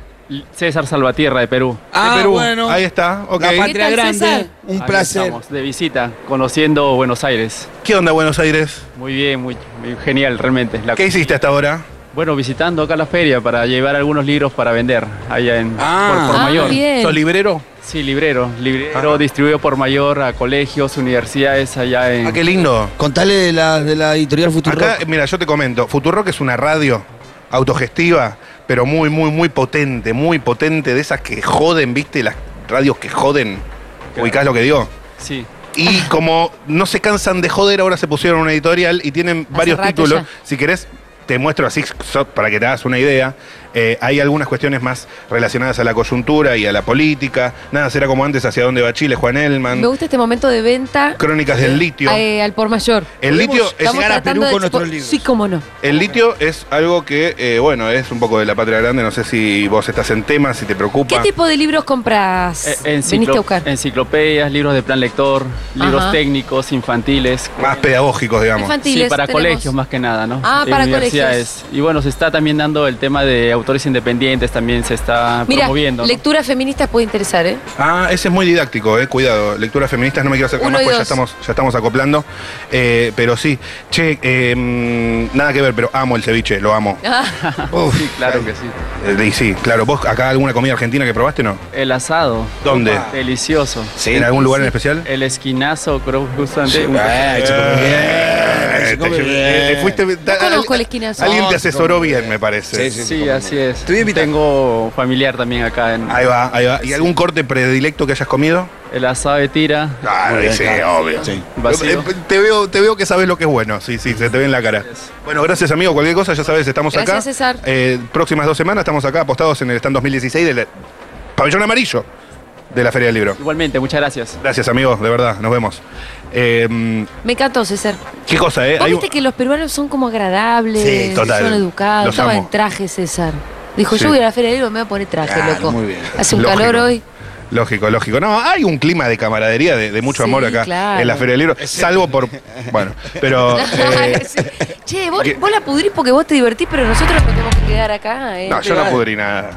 Q: César Salvatierra de Perú.
P: Ah,
Q: de Perú.
P: bueno.
C: Ahí está, ok.
P: La patria
Q: ¿Qué tal,
P: grande,
Q: César?
P: un
Q: Ahí
P: placer.
Q: estamos, de visita, conociendo Buenos Aires.
C: ¿Qué onda Buenos Aires?
Q: Muy bien, muy, muy genial, realmente. La-
C: ¿Qué hiciste hasta ahora?
Q: Bueno, visitando acá la feria para llevar algunos libros para vender allá en por, por
A: Ah,
Q: mayor.
A: bien. ¿Sos
C: librero? Ah.
Q: Sí, librero. Librero distribuido por mayor a colegios, universidades allá en.
C: Ah, qué lindo.
P: Contale de la, de la editorial Futuro.
C: Acá, eh, mira, yo te comento, Futurock es una radio autogestiva, pero muy, muy, muy potente, muy potente, de esas que joden, ¿viste? Las radios que joden. ¿Ubicás lo que digo?
Q: Sí.
C: Y como no se cansan de joder, ahora se pusieron una editorial y tienen varios
Q: rato
C: títulos.
Q: ya.
C: Si querés, te muestro así so- para que te hagas una idea. Eh, hay algunas cuestiones más relacionadas a la coyuntura y a la política. Nada, será como antes, hacia dónde va Chile, Juan Elman.
A: Me gusta este momento de venta
C: Crónicas del litio.
A: eh, al por mayor.
C: El litio es
A: Estamos
C: llegar a
A: tratando
C: Perú
A: de
C: con nuestros
A: expo-
C: libros.
A: Sí, cómo no.
C: El litio es algo que, eh, bueno, es un poco de la patria grande. No sé si vos estás en tema, si te
A: ¿Qué
C: preocupa.
A: tipo de libros compras?
Q: Eh,
A: Viniste a
Q: enciclo-
A: buscar.
Q: Enciclopedias, libros de plan lector, libros
A: Ajá.
Q: técnicos, infantiles.
C: Más pedagógicos, digamos.
A: Infantiles,
Q: sí, para
A: tenemos.
Q: colegios más que nada, ¿no?
A: Ah,
Q: Y
A: para
Q: universidades. Y bueno, se está también dando el tema de autores independientes, también se está
A: Mira,
Q: Ah, promoviendo. ¿no?
A: lecturas feministas puede interesar, ¿eh?
C: Ah, ese es muy didáctico, eh. Cuidado, lecturas feministas, no me quiero acercar
A: Uno
C: más
A: y
C: porque ya
A: dos.
C: estamos, ya estamos acoplando. Eh, pero sí, che, eh, mm, nada que ver, pero amo el ceviche, lo amo.
A: Ah.
Q: sí, claro que sí.
C: Eh, y sí, claro, ¿vos acá alguna comida argentina que probaste no?
Q: El asado.
C: ¿Dónde?
Q: Delicioso.
C: Sí, ¿en algún lugar en especial?
Q: El esquinazo, creo justamente. un-
C: Eh,
Q: se come
C: te-
Q: bien.
C: eh, eh, fuiste-
A: No
C: al-
A: conozco el esquinazo.
C: Alguien te
A: No,
C: asesoró
A: no.
C: bien, me parece.
Q: Sí, así es. Tengo familiar también acá en.
C: Ahí va, ahí va. ¿Y
Q: Sí.
C: algún corte predilecto que hayas comido?
Q: El asado de tira.
C: Claro, Ah, sí, obvio.
Q: Vacío.
C: Eh, Te veo, te veo que sabes lo que es bueno. Sí, sí, se te ve en la cara. Bueno, gracias, amigo. Cualquier cosa, ya sabes, estamos
A: Gracias,
C: acá.
A: César.
C: Eh, próximas dos semanas estamos acá apostados en el stand 2016 del Pabellón Amarillo. de la Feria del Libro.
Q: Igualmente, muchas gracias.
C: Gracias, amigos, de verdad, nos vemos. Eh,
A: Me encantó, César.
C: qué cosa, ¿eh?
A: Vos
C: Hay un-
A: viste que los peruanos son como agradables,
C: Sí, total.
A: son educados,
C: Los
A: estaba
C: amo.
A: en traje, César. Dijo,
C: Sí.
A: yo voy a la feria del libro, me voy a poner traje,
G: Ah,
C: Claro,
A: loco.
C: muy bien.
A: Hace un
C: Lógico.
A: calor hoy.
C: Lógico, lógico. No, hay un clima de camaradería, de, de mucho
A: Sí,
C: amor acá
A: claro.
C: en la Feria del Libro, salvo por. Bueno, pero. eh,
A: Che, vos,
C: que-
A: vos la pudrís porque vos te divertís, pero nosotros nos tenemos que quedar acá. ¿eh?
C: no, yo no pudrí nada.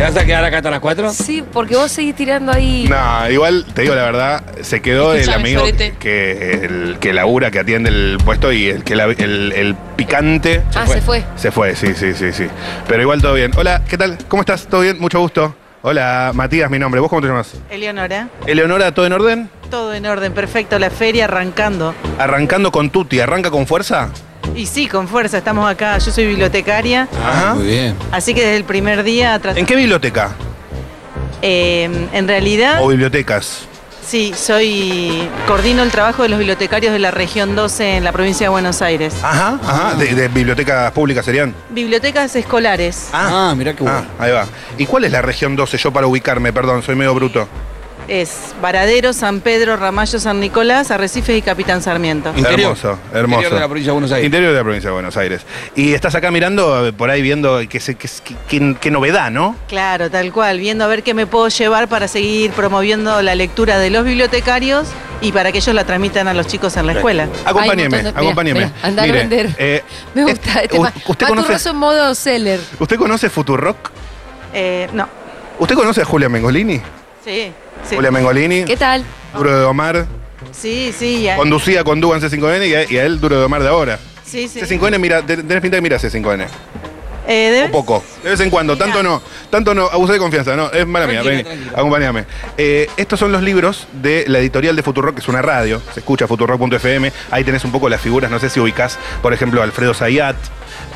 G: ¿Te vas a quedar acá hasta las 4?
A: Sí, porque vos seguís tirando ahí.
C: No, igual te digo la verdad, se quedó el
A: Escuchame,
C: amigo
A: sorete.
C: que, el, que labura, que atiende el puesto y el que la- el, el picante.
A: Ah, se fue.
C: Se fue, sí, sí, sí, sí. Pero igual todo bien. Hola, ¿qué tal? ¿Cómo estás? ¿Todo bien? Mucho gusto. Hola, Matías, mi nombre. ¿Vos cómo te llamas?
R: Eleonora,
C: Eleonora, ¿todo en orden?
R: todo en orden, perfecto, la feria arrancando.
C: Arrancando con Tuti, ¿arranca con fuerza?
R: Y sí, con fuerza, estamos acá, yo soy bibliotecaria,
C: Ajá. Muy bien.
R: así que desde el primer día... tra-
C: ¿En qué biblioteca?
R: Eh, en realidad,
C: ¿O bibliotecas?
R: sí, soy... coordino el trabajo de los bibliotecarios de la región 12 en la provincia de Buenos Aires.
C: Ajá, ajá. Ah, De, de bibliotecas públicas serían?
R: Bibliotecas escolares.
C: Ah, mirá qué bueno. ahí va. ¿Y cuál es la región 12? Yo para ubicarme, perdón, soy medio bruto.
R: Es Varadero, San Pedro, Ramallo, San Nicolás, Arrecifes y Capitán Sarmiento.
C: Hermoso, hermoso.
B: Interior de la provincia de Buenos Aires.
C: Interior de la provincia de Buenos Aires. Y estás acá mirando, eh, por ahí viendo qué, se- qué, qué- qué- qué novedad, ¿no?
R: Claro, tal cual, viendo a ver qué me puedo llevar para seguir promoviendo la lectura de los bibliotecarios y para que ellos la transmitan a los chicos en la escuela.
C: Acompáñeme,
A: Ay, un montón de- mirá,
C: acompáñeme.
A: mirá, andá a
C: Mire,
A: vender.
C: eh,
A: Me gusta este
C: u-
A: tema.
C: usted conoce-
A: Maturroso en modo seller.
C: ¿Usted conoce Futurock?
R: Eh, no,
C: ¿Usted conoce a Julia Mengolini?
R: sí, sí.
C: Julia Mengolini,
A: ¿Qué tal?
C: Duro de Omar.
R: Sí, sí, ya.
C: Conducía con Dúa en C5N y a, y a él Duro de Omar de ahora.
R: Sí, sí.
C: C5N, Este mira, te- tenés pinta que mira C5N.
R: Eh, de-
C: Un poco. De vez en cuando, tanto no, tanto no, abusé de confianza, no, es mala mía,
R: Tranquila,
C: vení, acompáñame. Eh, estos son los libros de la editorial de Futurock, que es una radio, se escucha futurock.fm, ahí tenés un poco las figuras, no sé si ubicás, por ejemplo, a Alfredo Zayat,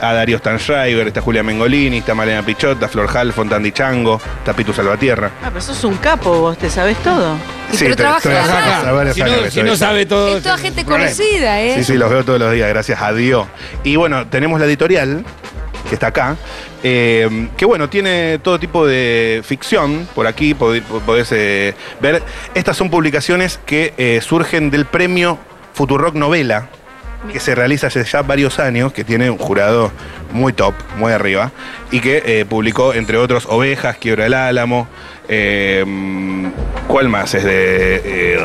C: a Darío Stanschreiber, está Julia Mengolini, está Malena Pichotta, Flor Halfon, Tandi Chango, está Pitu Salvatierra.
R: Ah, pero sos un capo vos, te sabes todo.
C: te- estoy acá, a ver,
G: Si no-
C: sácame,
G: si
C: soy-
G: no sabe todo,
A: Es toda gente
C: problema.
A: conocida, ¿eh?
C: Sí, sí, los veo todos los días, gracias a Dios. Y bueno, tenemos la editorial, que está acá, eh, que bueno, tiene todo tipo de ficción, por aquí pod- podés eh, ver. Estas son publicaciones que eh, surgen del premio Futurock Novela, que se realiza hace ya varios años, que tiene un jurado muy top, muy arriba, y que eh, publicó, entre otros, Ovejas, Quiebra el Álamo. eh, ¿Cuál más? Es de. eh,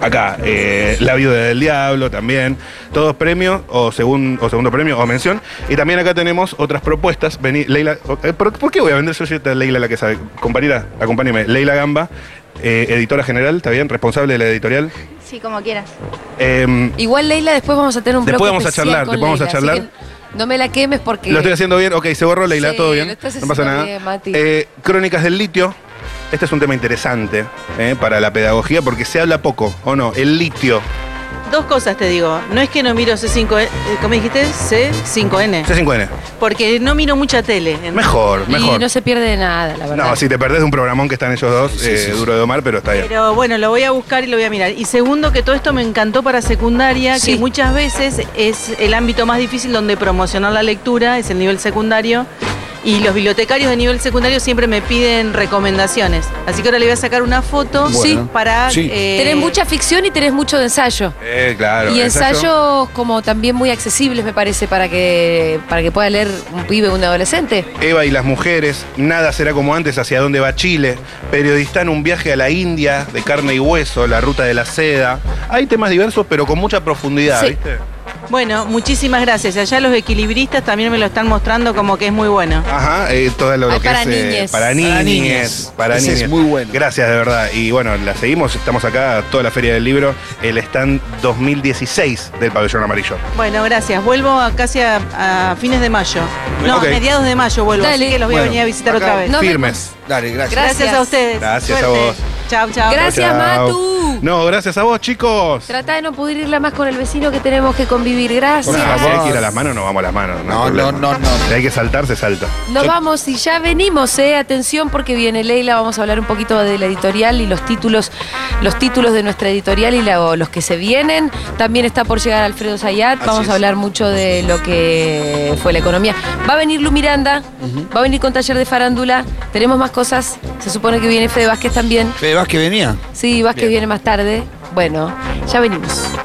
C: acá, eh, La Viuda del Diablo también. Todos premios, o, segun- o segundo premio, o mención. Y también acá tenemos otras propuestas. Vení, Leila. eh, ¿Por, por qué voy a vender yo a Leila la que sabe? Compañera, acompáñeme. Leila Gamba, eh, editora general, ¿está bien? Responsable de la editorial.
M: Sí, como quieras.
C: Em,
A: Igual, Leila, después vamos a tener un
C: Después
A: bloque
C: vamos a
A: especial
C: charlar,
A: con
C: después vamos a
A: Leila, así
C: charlar.
A: que No me la quemes porque...
C: Lo estoy haciendo bien, ok, se borró Leila,
A: Sí,
C: todo bien.
A: lo estás
C: No pasa
A: haciendo
C: nada.
A: bien, Mati.
C: Eh, Crónicas del litio. Este es un tema interesante eh, para la pedagogía porque se habla poco, ¿o no? El litio.
R: Dos cosas te digo. No es que no miro C5N, eh, ¿cómo dijiste? C5N.
C: C5N.
R: Porque no miro mucha tele. entonces-
C: Mejor, mejor.
A: Y no se pierde nada, la verdad.
C: No, si te perdés de un programón que están ellos dos, eh, duro de domar, pero está bien.
R: Pero bueno, lo voy a buscar y lo voy a mirar. Y segundo, que todo esto me encantó para secundaria, que muchas veces es el ámbito más difícil donde promocionar la lectura, es el nivel secundario. Y los bibliotecarios de nivel secundario siempre me piden recomendaciones. Así que ahora le voy a sacar una foto
A: Sí.
R: para...
A: Sí.
R: eh,
A: Tenés mucha ficción y tenés mucho de ensayo.
C: Eh, claro.
A: y ensayos como también muy accesibles, me parece, para que, para que pueda leer un pibe o un adolescente.
C: Eva y las mujeres, nada será como antes, hacia dónde va Chile, periodista en un viaje a la India, de carne y hueso, la ruta de la seda. Hay temas diversos, pero con mucha profundidad,
R: Sí.
C: ¿viste?
R: Bueno, muchísimas gracias. Allá los equilibristas también me lo están mostrando como que es muy bueno.
C: Ajá, eh, todo lo, lo
R: Ay,
C: que
R: para
C: es eh,
R: niñes.
C: para
R: Para
C: niñes.
R: niñes.
C: Para
R: Ese es
C: niñes.
R: muy
C: bueno. Gracias, de verdad. Y bueno, la seguimos. Estamos acá, toda la Feria del Libro, el stand 2016 del Pabellón Amarillo.
R: Bueno, gracias. Vuelvo a casi a, a fines de mayo. No,
C: Ok.
R: a mediados de mayo vuelvo, así que los voy a
C: Bueno,
R: venir a visitar
C: acá,
R: otra vez.
C: Firmes. Dale, gracias.
R: Gracias. a ustedes.
C: Gracias
R: Suerte.
C: a vos.
R: Chao, chao.
C: Chau. No, gracias a vos, chicos.
A: Trata de no pudrirla más con el vecino que tenemos que convivir. Gracias.
C: Nah, si hay que ir a las manos, no vamos a las manos. No, no, no, no. Si hay que saltar, se salta.
A: Nos vamos y ya venimos, eh. Atención porque viene Leila, vamos a hablar un poquito de la editorial y los títulos, los títulos de nuestra editorial y la- o los que se vienen. También está por llegar Alfredo Zayat, vamos a hablar mucho de lo que fue la economía. Va a venir Lu Miranda, va a venir con taller de farándula Tenemos más cosas. Se supone que
F: Eh,
A: viene Fede Vázquez también.
B: Fede Vázquez venía.
A: Sí, Vázquez
B: Bien.
A: viene más tarde. Bueno, ya venimos.